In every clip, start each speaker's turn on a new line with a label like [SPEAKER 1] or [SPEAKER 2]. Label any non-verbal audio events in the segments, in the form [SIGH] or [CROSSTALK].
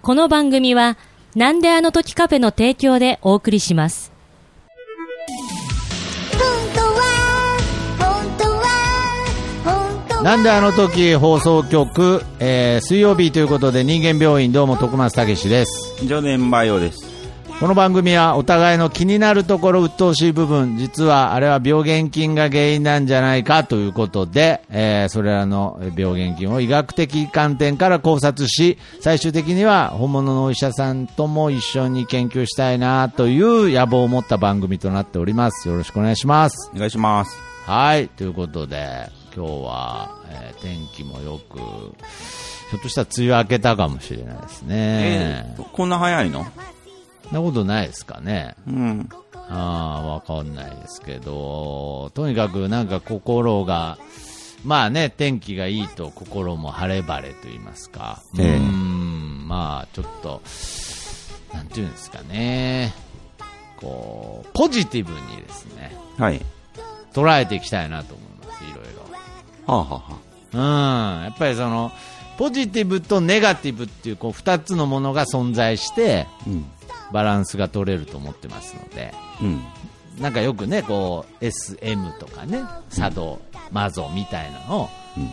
[SPEAKER 1] この番組は、なんであの時カフェの提供でお送りします。
[SPEAKER 2] 本当は本当は本当は
[SPEAKER 3] なんであの時放送局、えー水曜日ということで人間病院どうも徳松武史です。
[SPEAKER 4] 常年バイオです。
[SPEAKER 3] この番組はお互いの気になるところ鬱陶しい部分、実はあれは病原菌が原因なんじゃないかということで、えーそれらの病原菌を医学的観点から考察し、最終的には本物のお医者さんとも一緒に研究したいなという野望を持った番組となっております。よろしくお願いします。
[SPEAKER 4] お願いします。
[SPEAKER 3] はい、ということで、今日は、えー天気もよく、ひょっとしたら梅雨明けたかもしれないですね。
[SPEAKER 4] えーこんな早いの
[SPEAKER 3] そんなことないですかね。
[SPEAKER 4] うん。
[SPEAKER 3] ああ、わかんないですけど、とにかくなんか心が、まあね、天気がいいと心も晴れ晴れと言いますか。
[SPEAKER 4] ええ
[SPEAKER 3] うん、まあちょっと、なんていうんですかね。こう、ポジティブにですね、
[SPEAKER 4] はい。
[SPEAKER 3] 捉えていきたいなと思います、いろいろ。
[SPEAKER 4] はあ、はあはあ、
[SPEAKER 3] うん、やっぱりそのポジティブとネガティブっていうこう2つのものが存在して
[SPEAKER 4] うん。
[SPEAKER 3] バランスが取れると思ってますので
[SPEAKER 4] うん。
[SPEAKER 3] なんかよくねこう SM とかね茶道マゾみたいなのを、
[SPEAKER 4] うん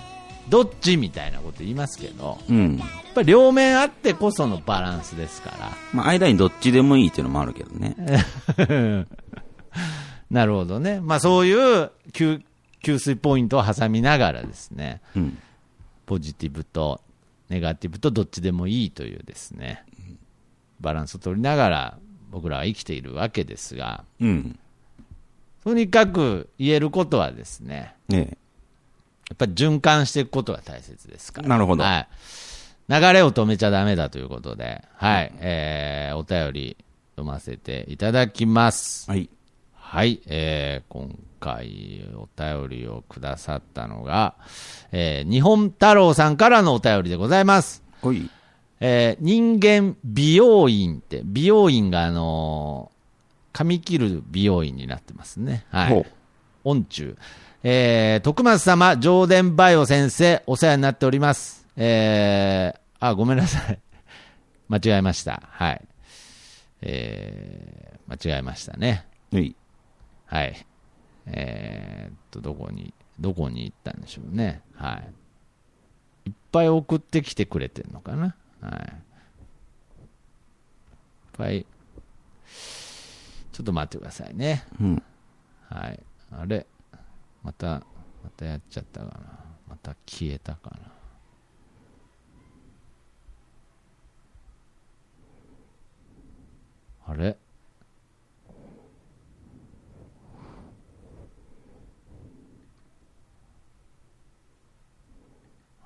[SPEAKER 3] どっちみたいなこと言いますけど
[SPEAKER 4] うん。
[SPEAKER 3] やっぱり両面あってこそのバランスですか
[SPEAKER 4] まあ、間にどっちでもいいっていうのもあるけどね。
[SPEAKER 3] らなるほどね、まあ、そういう給給水ポイントを挟みながらですね
[SPEAKER 4] うん。
[SPEAKER 3] ポジティブとネガティブとどっちでもいいというですね、バランスを取りながら僕らは生きているわけですが、
[SPEAKER 4] うん。
[SPEAKER 3] とにかく言えることはですね、
[SPEAKER 4] え
[SPEAKER 3] やっぱり循環していくことが大切ですから。
[SPEAKER 4] なるほど
[SPEAKER 3] はい。流れを止めちゃダメだということで、はい、えー、お便り読ませていただきます
[SPEAKER 4] え。はい。
[SPEAKER 3] はい、えー、今回お便りをくださったのが、えー、日本太郎さんからのお便りでございます。
[SPEAKER 4] ほい。
[SPEAKER 3] えー人間美容院って、美容院があのー髪切る美容院になってますね。は
[SPEAKER 4] ほ。
[SPEAKER 3] いう音中。えー徳松様、上田バイオ先生、お世話になっております。えーあ、ごめんなさい。 [LAUGHS] 間違えました。はい。えー間違えましたね。
[SPEAKER 4] はい。
[SPEAKER 3] はい。えーっと、どこに、どこに行ったんでしょうね。はい。いっぱい送ってきてくれてるのかな。はい。いっぱい。ちょっと待ってくださいね。
[SPEAKER 4] うん。
[SPEAKER 3] はい。あれまた、またやっちゃったかな。また消えたかな。あれ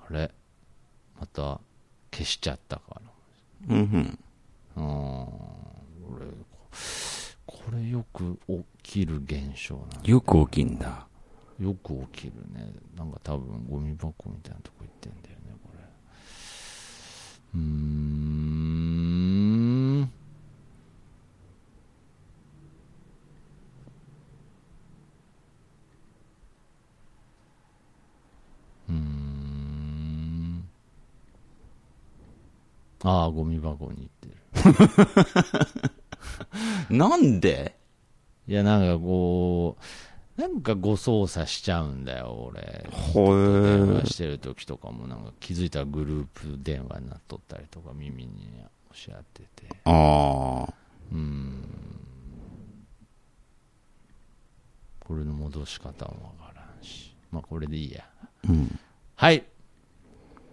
[SPEAKER 3] あれまた消しちゃったかな。
[SPEAKER 4] うん、
[SPEAKER 3] う
[SPEAKER 4] うん。
[SPEAKER 3] ーん。俺これよく起きる現象なんだ
[SPEAKER 4] よく起きんだ。
[SPEAKER 3] よく起きるね。なんか多分ゴミ箱みたいなとこ行ってんだよね、これ。うーん。うーん。ああ、ゴミ箱に行ってる。
[SPEAKER 4] なんで
[SPEAKER 3] いや、なんかこう、なんか誤操作しちゃうんだよ、俺。
[SPEAKER 4] ほ
[SPEAKER 3] 電
[SPEAKER 4] え。
[SPEAKER 3] 話してる時とかもなんか気づいたらグループ電話になっとったりとか耳に押し当てて
[SPEAKER 4] ああ。
[SPEAKER 3] これの戻し方もわからんしまあこれでいいや
[SPEAKER 4] うん。
[SPEAKER 3] はい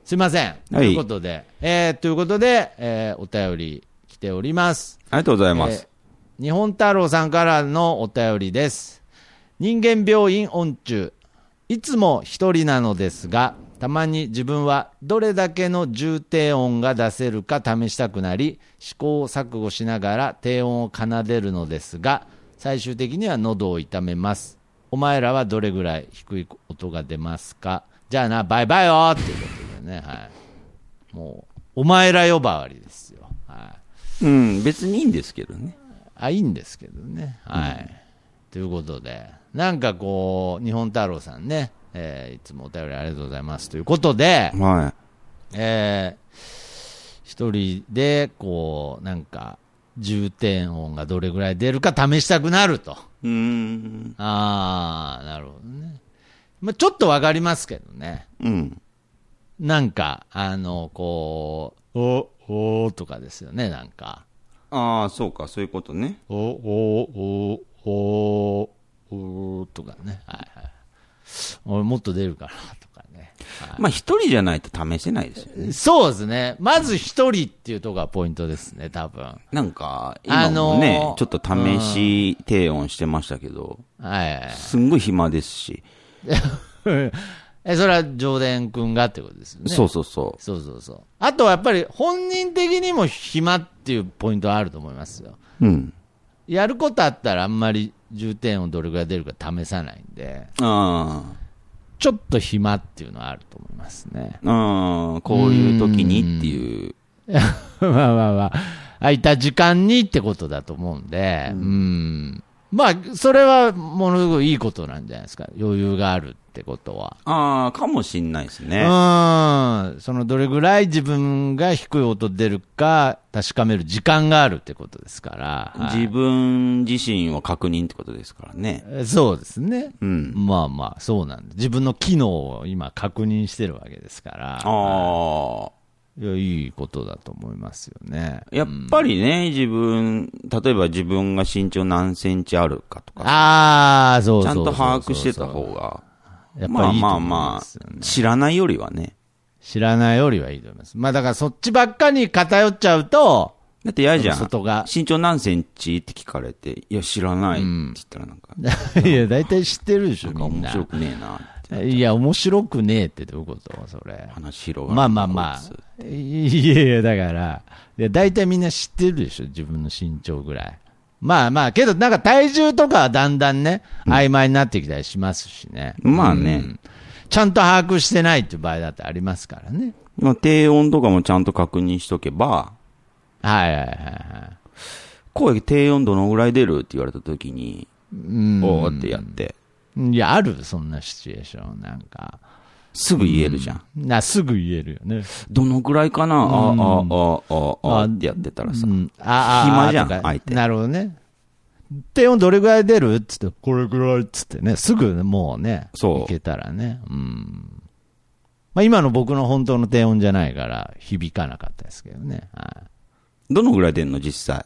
[SPEAKER 3] すいません、ということでえー、ということで、えーお便り来ております
[SPEAKER 4] ありがとうございます。
[SPEAKER 3] えー日本太郎さんからのお便りです。人間病院音中。いつも一人なのですが、たまに自分はどれだけの重低音が出せるか試したくなり、試行錯誤しながら低音を奏でるのですが、最終的には喉を痛めます。お前らはどれぐらい低い音が出ますかじゃあな、バイバイよーっていうことでね、はい。もう、お前ら呼ばわりですよ。はい。
[SPEAKER 4] うん。別にいいんですけどね。
[SPEAKER 3] あ、いいんですけどね。はい。ということで、なんかこう、日本太郎さんね、えーいつもお便りありがとうございますということで、
[SPEAKER 4] は
[SPEAKER 3] えー一人で、こう、なんか、重点音がどれぐらい出るか試したくなると。
[SPEAKER 4] うーん。
[SPEAKER 3] ああ、なるほどね。まあ、ちょっとわかりますけどね。
[SPEAKER 4] うん。
[SPEAKER 3] なんか、あの、こう、お、おーとかですよね、なんか。
[SPEAKER 4] ああ、そうか、そういうことね。
[SPEAKER 3] お、お、お、お、おとかね。はいはい。俺もっと出るかな、とかね。は
[SPEAKER 4] まあ、一人じゃないと試せないですよね。
[SPEAKER 3] い、そうですね。まず一人っていうとこがポイントですね、多分。はい
[SPEAKER 4] なんか、今もね、
[SPEAKER 3] あのー
[SPEAKER 4] ちょっと試し低音してましたけど、
[SPEAKER 3] はいはい。 [LAUGHS]
[SPEAKER 4] すんごい暇ですし、
[SPEAKER 3] え、それは上田君がってことですよね。
[SPEAKER 4] そうそうそう。
[SPEAKER 3] そうそうそう。あとはやっぱり本人的にも暇っていうポイントはあると思いますよ。
[SPEAKER 4] うん。
[SPEAKER 3] やることあったらあんまり重点をどれぐらい出るか試さないんで、
[SPEAKER 4] あ
[SPEAKER 3] ちょっと暇っていうのはあると思いますね。
[SPEAKER 4] あ、うん、こういう時にっていう。
[SPEAKER 3] [LAUGHS] まあまあまあ、空いた時間にってことだと思うんで、うん。まあ、それはものすごいいいことなんじゃないですか。余裕があるってことは。
[SPEAKER 4] ああ、かもしんないですね。
[SPEAKER 3] うん。そのどれぐらい自分が低い音出るか確かめる時間があるってことですから。はい
[SPEAKER 4] 自分自身を確認ってことですからね。
[SPEAKER 3] えそうですね。
[SPEAKER 4] うん。
[SPEAKER 3] まあまあ、そうなんで自分の機能を今確認してるわけですから。
[SPEAKER 4] ああ。
[SPEAKER 3] いや、いいことだと思いますよね。
[SPEAKER 4] やっぱりね、自分、例えば自分が身長何センチあるかとか、
[SPEAKER 3] ああ、そう
[SPEAKER 4] ち
[SPEAKER 3] そ
[SPEAKER 4] ゃ
[SPEAKER 3] うんそうそう
[SPEAKER 4] と把握してた方。が、
[SPEAKER 3] やっ
[SPEAKER 4] ま
[SPEAKER 3] ぱ
[SPEAKER 4] あ
[SPEAKER 3] りいいと
[SPEAKER 4] まあ
[SPEAKER 3] 思いま
[SPEAKER 4] ます
[SPEAKER 3] よね
[SPEAKER 4] あ、知らないよりはね。
[SPEAKER 3] 知らないよりはいいと思います。まあだからそっちばっかに偏っちゃう [LAUGHS] と、
[SPEAKER 4] だって嫌じゃん。
[SPEAKER 3] 外が
[SPEAKER 4] 身長何センチって聞かれて、いや、知らないって言ったらなん
[SPEAKER 3] [LAUGHS]
[SPEAKER 4] か、なん
[SPEAKER 3] いや、大体知ってるでしょ、
[SPEAKER 4] か
[SPEAKER 3] みん
[SPEAKER 4] 面
[SPEAKER 3] な。
[SPEAKER 4] 白くねえなって
[SPEAKER 3] いや、面白くねえってどういうことそれ。
[SPEAKER 4] 話広がる。
[SPEAKER 3] まあまあま
[SPEAKER 4] こいつ
[SPEAKER 3] あ。いやいや、だから、いや大体みんな知ってるでしょ、自分の身長ぐらい。まあまあ、けどなんか体重とかはだんだんね、曖昧になってきたりしますしね。
[SPEAKER 4] まあね
[SPEAKER 3] うんちゃんと把握してないっていう場合だってありますからね。
[SPEAKER 4] まあ、低音とかもちゃんと確認しとけば、
[SPEAKER 3] はいはいはいはい。
[SPEAKER 4] 声低音どのぐらい出るって言われた時に、
[SPEAKER 3] うん
[SPEAKER 4] おーってやって、
[SPEAKER 3] いや、ある、そんなシチュエーション、なんか。
[SPEAKER 4] すぐ言えるじゃん。
[SPEAKER 3] な、すぐ言えるよね。
[SPEAKER 4] どのぐらいかな、ああ、ああ、ああ、
[SPEAKER 3] あ
[SPEAKER 4] ってやってたらさ
[SPEAKER 3] う。ん、ああ
[SPEAKER 4] 暇じゃん
[SPEAKER 3] あとか
[SPEAKER 4] 相手
[SPEAKER 3] なるほどね。低音どれぐらい出るっつって、これぐらいっつってね、すぐもうね、
[SPEAKER 4] そう
[SPEAKER 3] けたらね。うん。まあ今の僕の本当の低音じゃないから、響かなかったですけどね。はい、
[SPEAKER 4] どのぐらい出んの実際。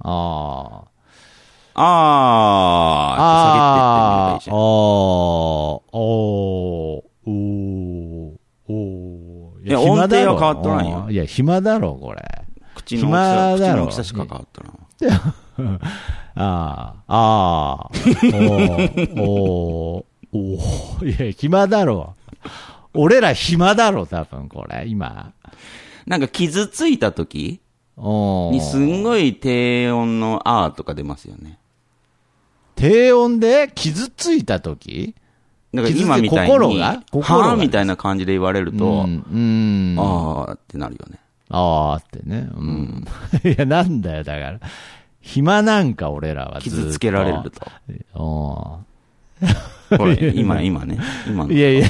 [SPEAKER 3] あー
[SPEAKER 4] あー
[SPEAKER 3] あ
[SPEAKER 4] って下げてってみればいいじ
[SPEAKER 3] ー、あ
[SPEAKER 4] ゃ
[SPEAKER 3] ー、
[SPEAKER 4] ん。
[SPEAKER 3] おー、おー、おー。
[SPEAKER 4] いや
[SPEAKER 3] 暇だろ
[SPEAKER 4] 音程は変わっとらんよ
[SPEAKER 3] いや、暇だろ、これ。
[SPEAKER 4] 口の大
[SPEAKER 3] 暇
[SPEAKER 4] きさ、
[SPEAKER 3] だ
[SPEAKER 4] 口
[SPEAKER 3] ろ
[SPEAKER 4] の大きさしか変わったな。
[SPEAKER 3] [LAUGHS] ああ、ああ、おーおーおーいや、暇だろ。俺ら暇だろ、多分これ、今。
[SPEAKER 4] なんか傷ついた時
[SPEAKER 3] おー
[SPEAKER 4] にすんごい低音のあーとか出ますよね。
[SPEAKER 3] 低音で傷ついた時
[SPEAKER 4] だから今みたいに、
[SPEAKER 3] 心が
[SPEAKER 4] は
[SPEAKER 3] 心が
[SPEAKER 4] ぁみたいな感じで言われる
[SPEAKER 3] う
[SPEAKER 4] と、
[SPEAKER 3] ん、うん。
[SPEAKER 4] あーってなるよね。
[SPEAKER 3] ああってね。うん。 [LAUGHS] いや、なんだよ、だから。暇なんか、俺らはずっと。
[SPEAKER 4] 傷つけられる
[SPEAKER 3] [LAUGHS]
[SPEAKER 4] と。
[SPEAKER 3] お
[SPEAKER 4] これ、今、今ね。今の
[SPEAKER 3] ー。いやいや、い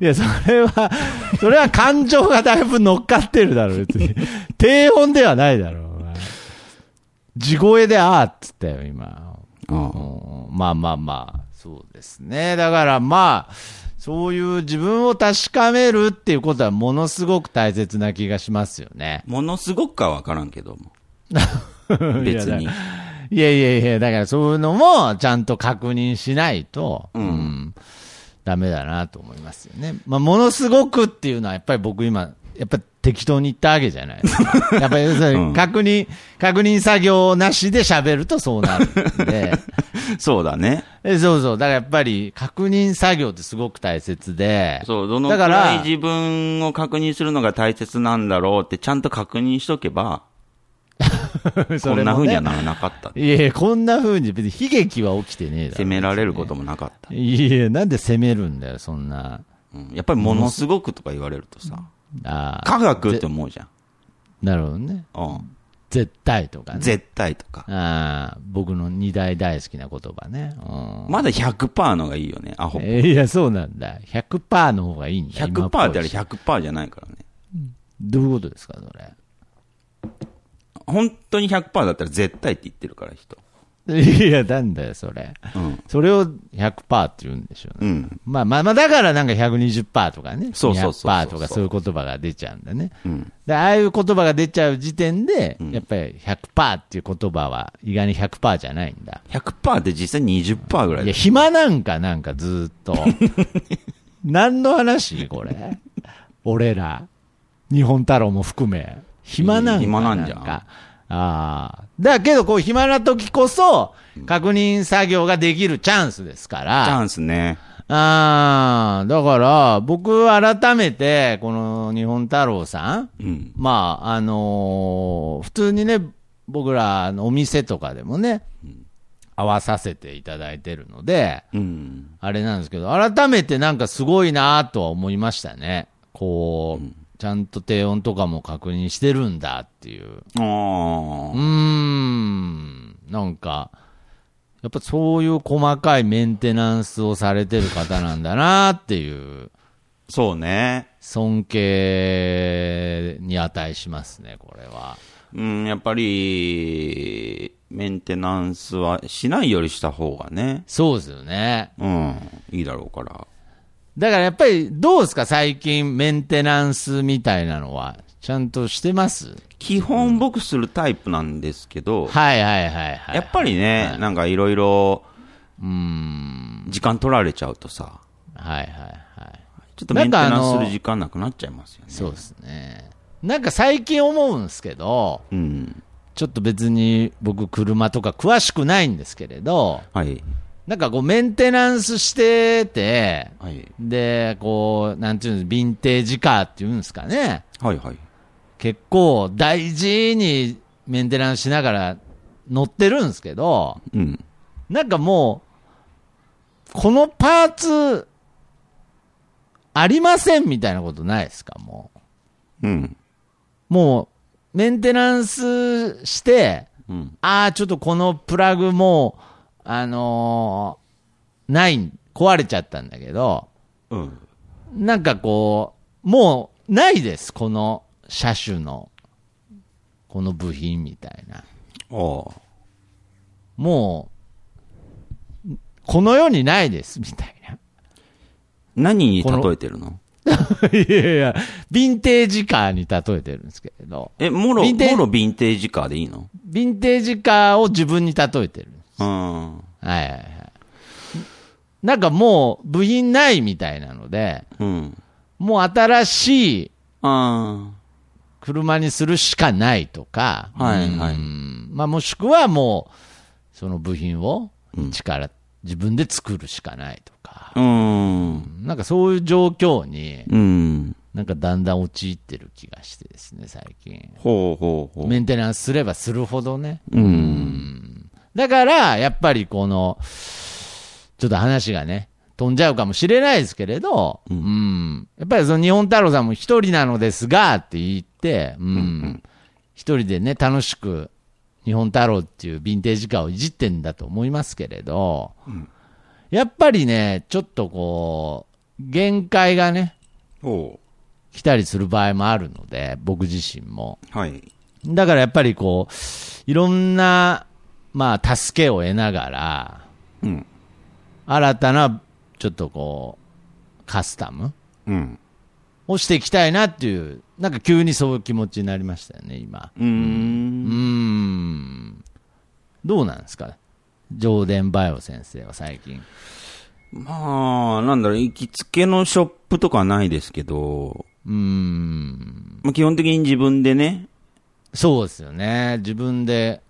[SPEAKER 3] やいや、それは、それは感情がだいぶ乗っかってるだろ、別に。低音ではないだろ、お前地声であーっつったよ、今。
[SPEAKER 4] あー
[SPEAKER 3] うんまあまあまあ、そうですね。だからまあ、そういう自分を確かめるっていうことはものすごく大切な気がしますよね。
[SPEAKER 4] ものすごくかわからんけど
[SPEAKER 3] [LAUGHS]
[SPEAKER 4] も。
[SPEAKER 3] いや
[SPEAKER 4] 別
[SPEAKER 3] だ
[SPEAKER 4] に。
[SPEAKER 3] いやいやいや、だからそういうのもちゃんと確認しないと、うん、ダメだなと思いますよね。まあ、ものすごくっていうのは、やっぱり僕今、やっぱ適当に言ったわけじゃ
[SPEAKER 4] [LAUGHS]
[SPEAKER 3] ないですか。やっぱりそれ
[SPEAKER 4] うん
[SPEAKER 3] 確認、確認作業なしで喋るとそうなるん
[SPEAKER 4] [LAUGHS]
[SPEAKER 3] で。
[SPEAKER 4] そうだね。
[SPEAKER 3] えそうそう。だからやっぱり確認作業ってすごく大切で。
[SPEAKER 4] そう、どの
[SPEAKER 3] だ
[SPEAKER 4] く
[SPEAKER 3] から
[SPEAKER 4] い
[SPEAKER 3] ら、
[SPEAKER 4] 自分を確認するのが大切なんだろうってちゃんと確認しとけば、
[SPEAKER 3] [LAUGHS]
[SPEAKER 4] こんな風にはならなかった。
[SPEAKER 3] いやいや、こんな風に別に悲劇は起きてねえだろ。
[SPEAKER 4] 責められることもなかった。
[SPEAKER 3] いやいや、なんで責めるんだよ、そんな。
[SPEAKER 4] うんやっぱりものすごくとか言われるとさ、
[SPEAKER 3] ああ。
[SPEAKER 4] 科学って思うじゃん。
[SPEAKER 3] なるほどね。
[SPEAKER 4] う
[SPEAKER 3] 絶対とか
[SPEAKER 4] ん。
[SPEAKER 3] ね。
[SPEAKER 4] 絶対とか。
[SPEAKER 3] ああ、僕の二大大好きな言葉ね。うん
[SPEAKER 4] まだ100%のがいいよね、アホ。
[SPEAKER 3] えーいや、そうなんだ。100%の方がいいんだ。今っぽい
[SPEAKER 4] 100%ってあれ100%じゃないからね。
[SPEAKER 3] どういうことですか、それ。
[SPEAKER 4] 本当に100%だったら絶対って言ってるから、人。
[SPEAKER 3] いや、なんだよ、それ。
[SPEAKER 4] うん。
[SPEAKER 3] それを100%って言うんでしょう
[SPEAKER 4] う
[SPEAKER 3] ね。
[SPEAKER 4] ん。
[SPEAKER 3] まあまあまあ、だからなんか120%とかね。
[SPEAKER 4] そうそうそうそう
[SPEAKER 3] 200%とかそういう言葉が出ちゃうんだね。
[SPEAKER 4] うん。
[SPEAKER 3] で、ああいう言葉が出ちゃう時点で、
[SPEAKER 4] ん
[SPEAKER 3] やっぱり100%っていう言葉は意外に100%じゃないんだ。
[SPEAKER 4] 100%って実際20%ぐらい
[SPEAKER 3] いや、
[SPEAKER 4] で
[SPEAKER 3] 暇なんかなんかずーっ
[SPEAKER 4] [LAUGHS]
[SPEAKER 3] と。何の話これ。俺ら。日本太郎も含め。暇なんか
[SPEAKER 4] 暇なんじゃん
[SPEAKER 3] かああ。だけど、こう、暇な時こそ、確認作業ができるチャンスですから。
[SPEAKER 4] チャンスね。
[SPEAKER 3] ああ、だから、僕、改めて、この、日本太郎さん。
[SPEAKER 4] うん。
[SPEAKER 3] まあ、あのー普通にね、僕らのお店とかでもね、合わさせていただいてるので、
[SPEAKER 4] うん。
[SPEAKER 3] あれなんですけど、改めてなんかすごいなとは思いましたね。こう、ちゃんと低音とかも確認してるんだっていう。
[SPEAKER 4] あ
[SPEAKER 3] うー
[SPEAKER 4] あ。
[SPEAKER 3] ん、なんか、やっぱそういう細かいメンテナンスをされてる方なんだなっていう、
[SPEAKER 4] そうね。
[SPEAKER 3] 尊敬に値しますね、これは。
[SPEAKER 4] うん、やっぱり、メンテナンスはしないよりした方がね。
[SPEAKER 3] そうですよね。
[SPEAKER 4] うん。いいだろうから。
[SPEAKER 3] だからやっぱり、どうですか最近、メンテナンスみたいなのは、ちゃんとしてます
[SPEAKER 4] 基本僕するタイプなんですけど、
[SPEAKER 3] はいはいはいはい。
[SPEAKER 4] やっぱりね、
[SPEAKER 3] はい
[SPEAKER 4] なんかいろいろ、
[SPEAKER 3] うーん。
[SPEAKER 4] 時間取られちゃうとさ、
[SPEAKER 3] はいはいはい。
[SPEAKER 4] ちょっとメンテナ
[SPEAKER 3] なんか
[SPEAKER 4] ン
[SPEAKER 3] あ
[SPEAKER 4] ス
[SPEAKER 3] の
[SPEAKER 4] する時間なくなっちゃいますよね。
[SPEAKER 3] そうですね。なんか最近思うんですけど、
[SPEAKER 4] うん。
[SPEAKER 3] ちょっと別に僕車とか詳しくないんですけれど、
[SPEAKER 4] はい。
[SPEAKER 3] なんかこうメンテナンスしてて、
[SPEAKER 4] はい。
[SPEAKER 3] で、こう、なんていうんです、ヴィンテージカーっていうんですかね。
[SPEAKER 4] はいはい。
[SPEAKER 3] 結構大事にメンテナンスしながら乗ってるんですけど、
[SPEAKER 4] うん。
[SPEAKER 3] なんかもう、このパーツ、ありませんみたいなことないですかも
[SPEAKER 4] うん。
[SPEAKER 3] う。もう、メンテナンスして、
[SPEAKER 4] うん。
[SPEAKER 3] ああ、ちょっとこのプラグもう、あのーない、壊れちゃったんだけど、
[SPEAKER 4] うん。
[SPEAKER 3] なんかこう、もうないです、この車種の、この部品みたいな。
[SPEAKER 4] あ
[SPEAKER 3] もう、この世にないです、みたいな。 [LAUGHS]
[SPEAKER 4] 何に例えてるの
[SPEAKER 3] いやいや、ヴィンテージカーに例えてるんですけれど、
[SPEAKER 4] え、もろ、
[SPEAKER 3] ヴィンテージ
[SPEAKER 4] もろヴィンテージカーでいいの
[SPEAKER 3] ヴィンテージカーを自分に例えてる。
[SPEAKER 4] うん。
[SPEAKER 3] はいはいはい。なんかもう部品ないみたいなので、
[SPEAKER 4] うん。
[SPEAKER 3] もう新しい
[SPEAKER 4] あ
[SPEAKER 3] 車にするしかないとか、
[SPEAKER 4] はいはい
[SPEAKER 3] うんまあ、もしくはもう、その部品を一から自分で作るしかないとか、
[SPEAKER 4] あ。うん。
[SPEAKER 3] なんかそういう状況に、
[SPEAKER 4] うん。
[SPEAKER 3] なんかだんだん陥ってる気がしてですね、最近。
[SPEAKER 4] ほうほうほう。
[SPEAKER 3] メンテナンスすればするほどね。
[SPEAKER 4] うん。
[SPEAKER 3] だから、やっぱりこの、ちょっと話がね、飛んじゃうかもしれないですけれど、うん、やっぱりその日本太郎さんも一人なのですが、って言って、うん、一人でね、楽しく、日本太郎っていうヴィンテージカーをいじってんだと思いますけれど、やっぱりね、ちょっとこう、限界がね、
[SPEAKER 4] ほ
[SPEAKER 3] 来たりする場合もあるので、僕自身も。
[SPEAKER 4] う。はい。
[SPEAKER 3] だからやっぱりこう、いろんな、まあ、助けを得ながら、
[SPEAKER 4] うん。
[SPEAKER 3] 新たな、ちょっとこう、カスタム
[SPEAKER 4] うん。
[SPEAKER 3] をしていきたいなっていう、なんか急にそういう気持ちになりましたよね、今。
[SPEAKER 4] う
[SPEAKER 3] うー
[SPEAKER 4] ーん。
[SPEAKER 3] ん。どうなんですか上田バイオ先生は最近。
[SPEAKER 4] まあ、なんだろう、行きつけのショップとかはないですけど、
[SPEAKER 3] うーん。
[SPEAKER 4] まあ、基本的に自分でね、
[SPEAKER 3] そうですよね。自分で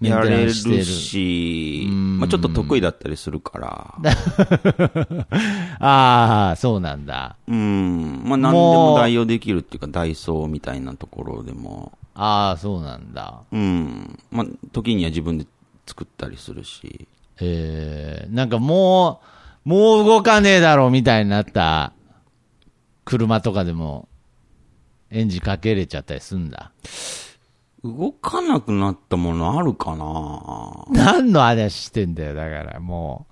[SPEAKER 3] メン
[SPEAKER 4] や
[SPEAKER 3] テナ
[SPEAKER 4] れ
[SPEAKER 3] ン
[SPEAKER 4] る
[SPEAKER 3] スしてる。
[SPEAKER 4] し、まあ、ちょっと得意だったりするから、
[SPEAKER 3] ああ、そうなんだ。
[SPEAKER 4] うん。まあ、何で
[SPEAKER 3] も
[SPEAKER 4] も
[SPEAKER 3] う
[SPEAKER 4] 代用できるっていうか、ダイソーみたいなところでも、
[SPEAKER 3] ああ、そうなんだ。
[SPEAKER 4] うん。まあ、時には自分で作ったりするし。
[SPEAKER 3] えー、なんかもう、もう動かねえだろみたいになった車とかでもエンジンかけれちゃったりすんだ。
[SPEAKER 4] 動かなくなったものあるかな
[SPEAKER 3] 何の話してんだよ、だからも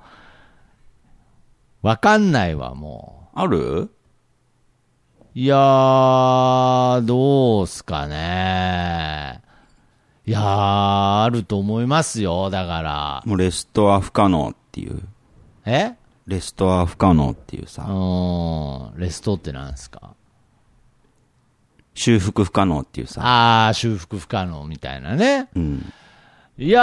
[SPEAKER 3] う。わかんないわ、も
[SPEAKER 4] ある
[SPEAKER 3] う。いやー、どうすかね。いやー、あると思いますよ、だから。
[SPEAKER 4] もうレストは不可能っていう。
[SPEAKER 3] え
[SPEAKER 4] レストは不可能っていう
[SPEAKER 3] う
[SPEAKER 4] さ、
[SPEAKER 3] ーん、レストってなんですか
[SPEAKER 4] 修復不可能っていうさ、
[SPEAKER 3] あー、修復不可能みたいなね。
[SPEAKER 4] うん。
[SPEAKER 3] いや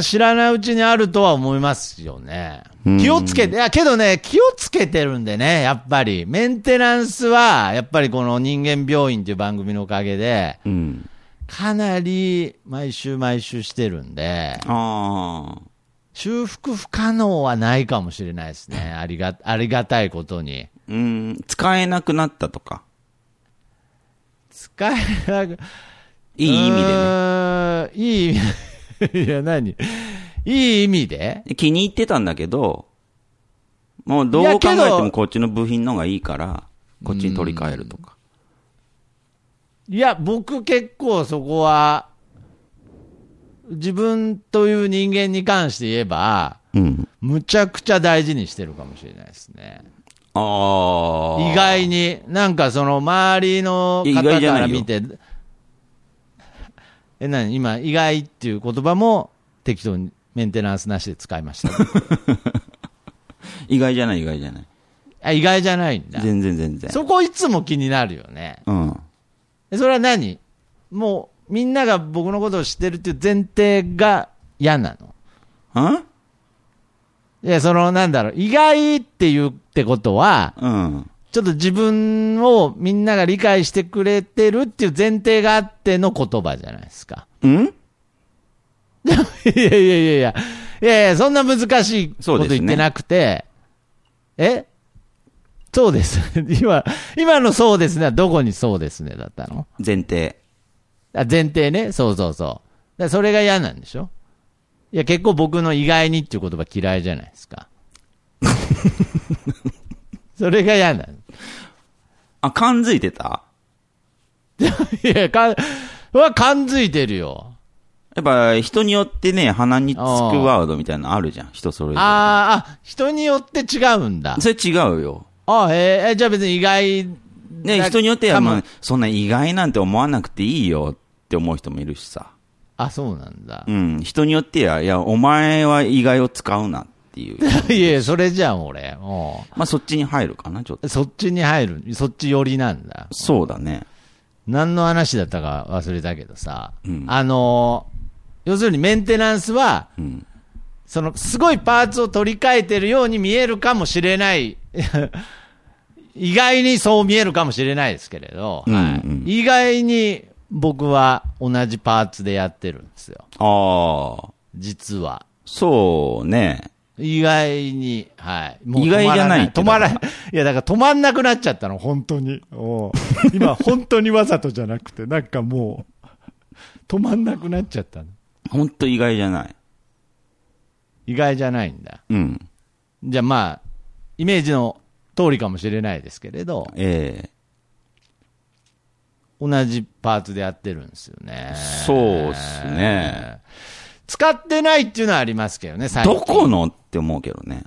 [SPEAKER 3] ー、知らないうちにあるとは思いますよね。気をつけて、いや、けどね、気をつけてるんでね、やっぱり。メンテナンスは、やっぱりこの人間病院っていう番組のおかげで、
[SPEAKER 4] うん。
[SPEAKER 3] かなり毎週毎週してるんで、
[SPEAKER 4] ああ。
[SPEAKER 3] 修復不可能はないかもしれないです
[SPEAKER 4] [LAUGHS]
[SPEAKER 3] ね。ありが、ありがたいことに。
[SPEAKER 4] うん、使えなくなったとか。
[SPEAKER 3] 使えなく、
[SPEAKER 4] いい意味
[SPEAKER 3] う
[SPEAKER 4] で
[SPEAKER 3] ーんいい意味 [LAUGHS] で。いや、何いい意味で
[SPEAKER 4] ね。気に入ってたんだけど、もうどう考えて
[SPEAKER 3] いやけど
[SPEAKER 4] もこっちの部品の方がいいから、こっちに取り替えるとか。
[SPEAKER 3] いや、僕結構そこは、自分という人間に関して言えば、
[SPEAKER 4] うん。
[SPEAKER 3] むちゃくちゃ大事にしてるかもしれないですね。
[SPEAKER 4] ああ。
[SPEAKER 3] 意外に、なんかその周りの
[SPEAKER 4] いや
[SPEAKER 3] 方
[SPEAKER 4] 意外じゃ
[SPEAKER 3] か
[SPEAKER 4] ないよ
[SPEAKER 3] ら見て、え、なに、今、意外っていう言葉も適当にメンテナンスなしで使いました。
[SPEAKER 4] [LAUGHS] 意外じゃない、意外じゃない。
[SPEAKER 3] あ意外じゃないんだ。
[SPEAKER 4] 全然全然。
[SPEAKER 3] そこいつも気になるよね。
[SPEAKER 4] うん。
[SPEAKER 3] えそれは何もう、みんなが僕のことを知ってるっていう前提が嫌なの。
[SPEAKER 4] あ
[SPEAKER 3] いや、その、なんだろう、意外っていうってことは、
[SPEAKER 4] うん。
[SPEAKER 3] ちょっと自分をみんなが理解してくれてるっていう前提があっての言葉じゃないですか。
[SPEAKER 4] うん
[SPEAKER 3] いやいやいやいや、いやいや、そんな難しい
[SPEAKER 4] そ
[SPEAKER 3] こ
[SPEAKER 4] う
[SPEAKER 3] と
[SPEAKER 4] ですね
[SPEAKER 3] 言ってなくて、えそうです。 [LAUGHS] 今、今のそうですねはどこにそうですねだったの
[SPEAKER 4] 前提。
[SPEAKER 3] あ前提ね。そうそうそう。だからそれが嫌なんでしょいや、結構僕の意外にっていう言葉嫌いじゃないですか。 [LAUGHS] それが嫌なの。
[SPEAKER 4] あ、感づいてた
[SPEAKER 3] いや、か、うわ、感づいてるよ。
[SPEAKER 4] やっぱ人によってね、鼻につくワードみたいなのあるじゃん。人それぞれ。
[SPEAKER 3] あーあ、人によって違うんだ。
[SPEAKER 4] それ違うよ。
[SPEAKER 3] あーえーえーじゃあ別に意外
[SPEAKER 4] ね、
[SPEAKER 3] だ
[SPEAKER 4] 人によって
[SPEAKER 3] か
[SPEAKER 4] は、
[SPEAKER 3] も
[SPEAKER 4] まあ、そんな意外なんて思わなくていいよって思う人もいるしさ。
[SPEAKER 3] あ、そうなんだ [LAUGHS]
[SPEAKER 4] う。ん。人によっては、いや、お前は意外を使うなっ
[SPEAKER 3] [LAUGHS]
[SPEAKER 4] ていう。
[SPEAKER 3] いや、それじゃん、俺。も
[SPEAKER 4] まあ、そっちに入るかな、ちょっと
[SPEAKER 3] う。そっちに入る。そっち寄りなんだ。
[SPEAKER 4] そうだね。
[SPEAKER 3] 何の話だったか忘れたけどさ。
[SPEAKER 4] うん
[SPEAKER 3] あのー要するにメンテナンスは、
[SPEAKER 4] うん。
[SPEAKER 3] そのすごいパーツを取り替えてるように見えるかもしれない。 [LAUGHS] 意外にそう見えるかもしれないですけれど、
[SPEAKER 4] うん
[SPEAKER 3] はい
[SPEAKER 4] うん
[SPEAKER 3] 意外に僕は同じパーツでやってるんですよ。
[SPEAKER 4] ああ、
[SPEAKER 3] 実は。
[SPEAKER 4] そうね。
[SPEAKER 3] 意外に、はい。
[SPEAKER 4] 意外じゃないって
[SPEAKER 3] 止まらない。いや、だから止まんなくなっちゃったの、本当に。おう
[SPEAKER 4] [LAUGHS]
[SPEAKER 3] 今、本当にわざとじゃなくて、なんかもう、止まんなくなっちゃったの。
[SPEAKER 4] ほんと意外じゃない。
[SPEAKER 3] 意外じゃないんだ。
[SPEAKER 4] うん。
[SPEAKER 3] じゃあまあ、イメージの通りかもしれないですけれど、
[SPEAKER 4] え
[SPEAKER 3] 同じパーツでやってるんですよね
[SPEAKER 4] え。そうっすね。
[SPEAKER 3] 使ってないっていうのはありますけどね、最近
[SPEAKER 4] どこのって思うけどね。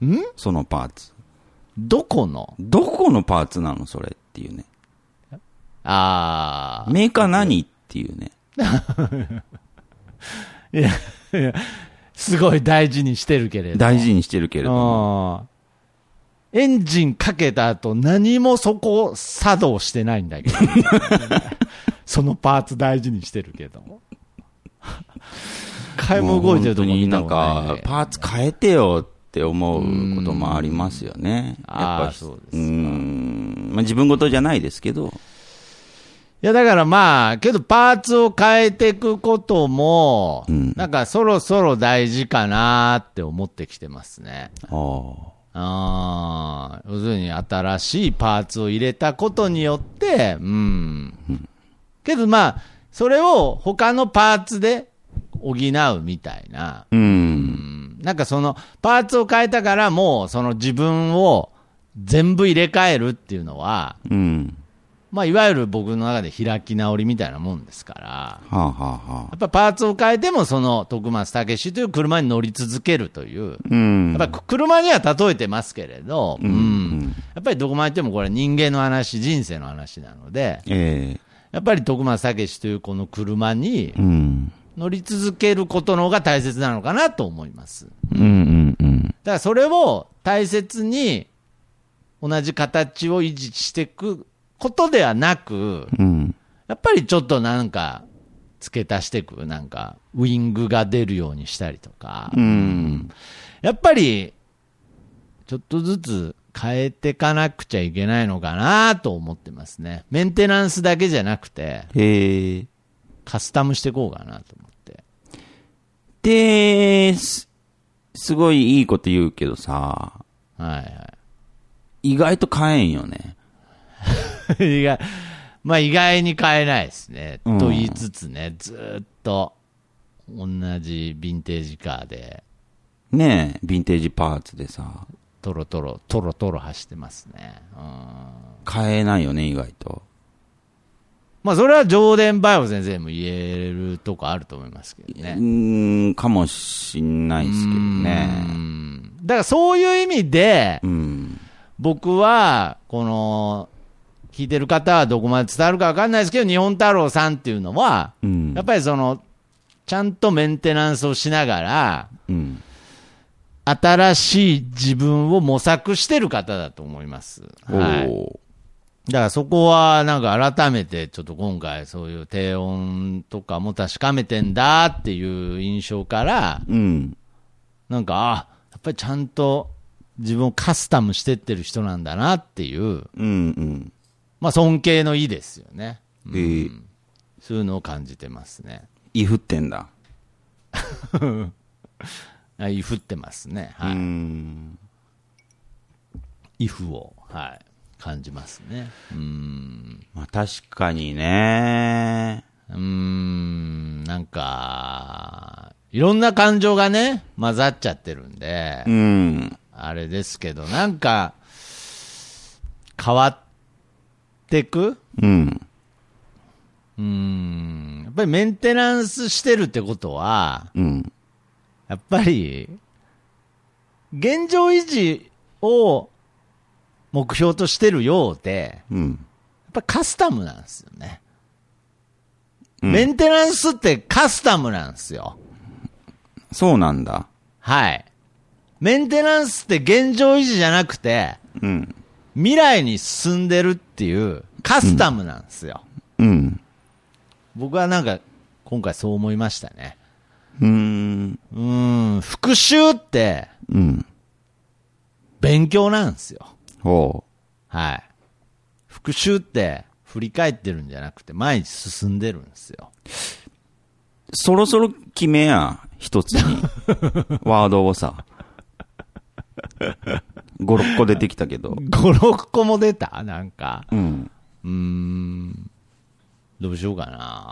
[SPEAKER 3] ん
[SPEAKER 4] そのパーツ。
[SPEAKER 3] どこの
[SPEAKER 4] どこのパーツなのそれっていうね。
[SPEAKER 3] あ
[SPEAKER 4] メーカー何っていうね。
[SPEAKER 3] あ。いや、いやすごい大事にしてるけれど。
[SPEAKER 4] 大事にしてるけれども。
[SPEAKER 3] うんエンジンかけた後、何もそこ作動してないんだ
[SPEAKER 4] [LAUGHS]
[SPEAKER 3] けど。そのパーツ大事にしてる
[SPEAKER 4] [LAUGHS]
[SPEAKER 3] けど。買いも動いてるとこ
[SPEAKER 4] もう
[SPEAKER 3] 見たこ
[SPEAKER 4] 本
[SPEAKER 3] と
[SPEAKER 4] 当
[SPEAKER 3] ないん
[SPEAKER 4] に
[SPEAKER 3] だ
[SPEAKER 4] なん
[SPEAKER 3] けど
[SPEAKER 4] か、パーツ変えてよって思うこともありますよね。
[SPEAKER 3] うん
[SPEAKER 4] やっ
[SPEAKER 3] あー
[SPEAKER 4] ぱ
[SPEAKER 3] そうですか
[SPEAKER 4] ん。まあ自分事じゃないですけど。
[SPEAKER 3] いや、だからまあ、けどパーツを変えていくことも、
[SPEAKER 4] うん
[SPEAKER 3] なんかそろそろ大事かなって思ってきてますね。
[SPEAKER 4] ああ。
[SPEAKER 3] ああ、要するに新しいパーツを入れたことによって、うん。けどまあ、それを他のパーツで補うみたいな。
[SPEAKER 4] うん。
[SPEAKER 3] うんなんかその、パーツを変えたからもう、その自分を全部入れ替えるっていうのは、
[SPEAKER 4] うん。
[SPEAKER 3] まあ、いわゆる僕の中で開き直りみたいなもんですから、
[SPEAKER 4] はあ、はあは
[SPEAKER 3] や
[SPEAKER 4] あ、
[SPEAKER 3] っぱパーツを変えても、その徳松武史という車に乗り続けるという、
[SPEAKER 4] うん。
[SPEAKER 3] やっぱり車には例えてますけれど、うん
[SPEAKER 4] うん
[SPEAKER 3] やっぱりどこまで行ってもこれ、人間の話、人生の話なので、
[SPEAKER 4] え
[SPEAKER 3] やっぱり徳松武史というこの車に
[SPEAKER 4] えうん。
[SPEAKER 3] 乗り続けることの方が大切なのかなと思います。
[SPEAKER 4] うんうんうん。
[SPEAKER 3] だからそれを大切に同じ形を維持していくことではなく、
[SPEAKER 4] うん。
[SPEAKER 3] やっぱりちょっとなんか付け足していく、なんかウイングが出るようにしたりとか、
[SPEAKER 4] うん。
[SPEAKER 3] やっぱりちょっとずつ変えていかなくちゃいけないのかなと思ってますね。メンテナンスだけじゃなくて
[SPEAKER 4] ええ
[SPEAKER 3] カスタムしていこうかなと思って。
[SPEAKER 4] で、す、すごいいいこと言うけどさ、
[SPEAKER 3] はいはい。
[SPEAKER 4] 意外と買えんよね。
[SPEAKER 3] [LAUGHS] 意外、まあ意外に買えないですね。
[SPEAKER 4] うん
[SPEAKER 3] と言いつつね、ずーっと同じヴィンテージカーで、
[SPEAKER 4] ねえ、ヴィンテージパーツでさ、
[SPEAKER 3] トロトロ、トロトロ走ってますね。うん。
[SPEAKER 4] 買えないよね、意外と。
[SPEAKER 3] まあそれは上田バイオ先生も言えるとこあると思いますけど
[SPEAKER 4] う
[SPEAKER 3] ね。
[SPEAKER 4] ーん、かもしんないですけど
[SPEAKER 3] う
[SPEAKER 4] ね。
[SPEAKER 3] んだからそういう意味で
[SPEAKER 4] う、ん。
[SPEAKER 3] 僕は、この、聞いてる方はどこまで伝わるかわかんないですけど、日本太郎さんっていうのは、
[SPEAKER 4] うん。
[SPEAKER 3] やっぱりその、ちゃんとメンテナンスをしながら、
[SPEAKER 4] うん。
[SPEAKER 3] 新しい自分を模索してる方だと思います。はい。
[SPEAKER 4] おー
[SPEAKER 3] だからそこはなんか改めてちょっと今回そういう低音とかも確かめてんだっていう印象から、
[SPEAKER 4] うん。
[SPEAKER 3] なんか、あ、やっぱりちゃんと自分をカスタムしてってる人なんだなっていう、
[SPEAKER 4] うん。
[SPEAKER 3] まあ尊敬の意ですよね。
[SPEAKER 4] うん。えー、
[SPEAKER 3] そういうのを感じてますね。
[SPEAKER 4] いふってんだ。
[SPEAKER 3] あ、いふってますね。
[SPEAKER 4] う
[SPEAKER 3] は
[SPEAKER 4] ー
[SPEAKER 3] い。
[SPEAKER 4] ん。
[SPEAKER 3] いふを、はい。感じますね。うん。
[SPEAKER 4] まあ確かにね。
[SPEAKER 3] うーん、なんか、いろんな感情がね、混ざっちゃってるんで、
[SPEAKER 4] うん。
[SPEAKER 3] あれですけど、なんか、変わってく
[SPEAKER 4] うん。
[SPEAKER 3] うーん、やっぱりメンテナンスしてるってことは、
[SPEAKER 4] うん。
[SPEAKER 3] やっぱり、現状維持を目標としてるようで、
[SPEAKER 4] うん。
[SPEAKER 3] やっぱカスタムなんですよね。メンテナンスってカスタムなんですよ。
[SPEAKER 4] そうなんだ。
[SPEAKER 3] はい。メンテナンスって現状維持じゃなくて、
[SPEAKER 4] うん。
[SPEAKER 3] 未来に進んでるっていうカスタムなんですよ。
[SPEAKER 4] うん。
[SPEAKER 3] 僕はなんか、今回そう思いましたね。
[SPEAKER 4] うーん。
[SPEAKER 3] うーん、復習って
[SPEAKER 4] うん。
[SPEAKER 3] 勉強なんですよ。
[SPEAKER 4] ほ
[SPEAKER 3] はい。復習って振り返ってるんじゃなくて前に進んでるんですよ。
[SPEAKER 4] う。そろそろ決めや、一つ [LAUGHS] に。ワードをさ。5、6個出てきたけど。
[SPEAKER 3] 5、6個も出たなんか。
[SPEAKER 4] うん。
[SPEAKER 3] うーん。どうしようか
[SPEAKER 4] [LAUGHS]
[SPEAKER 3] な。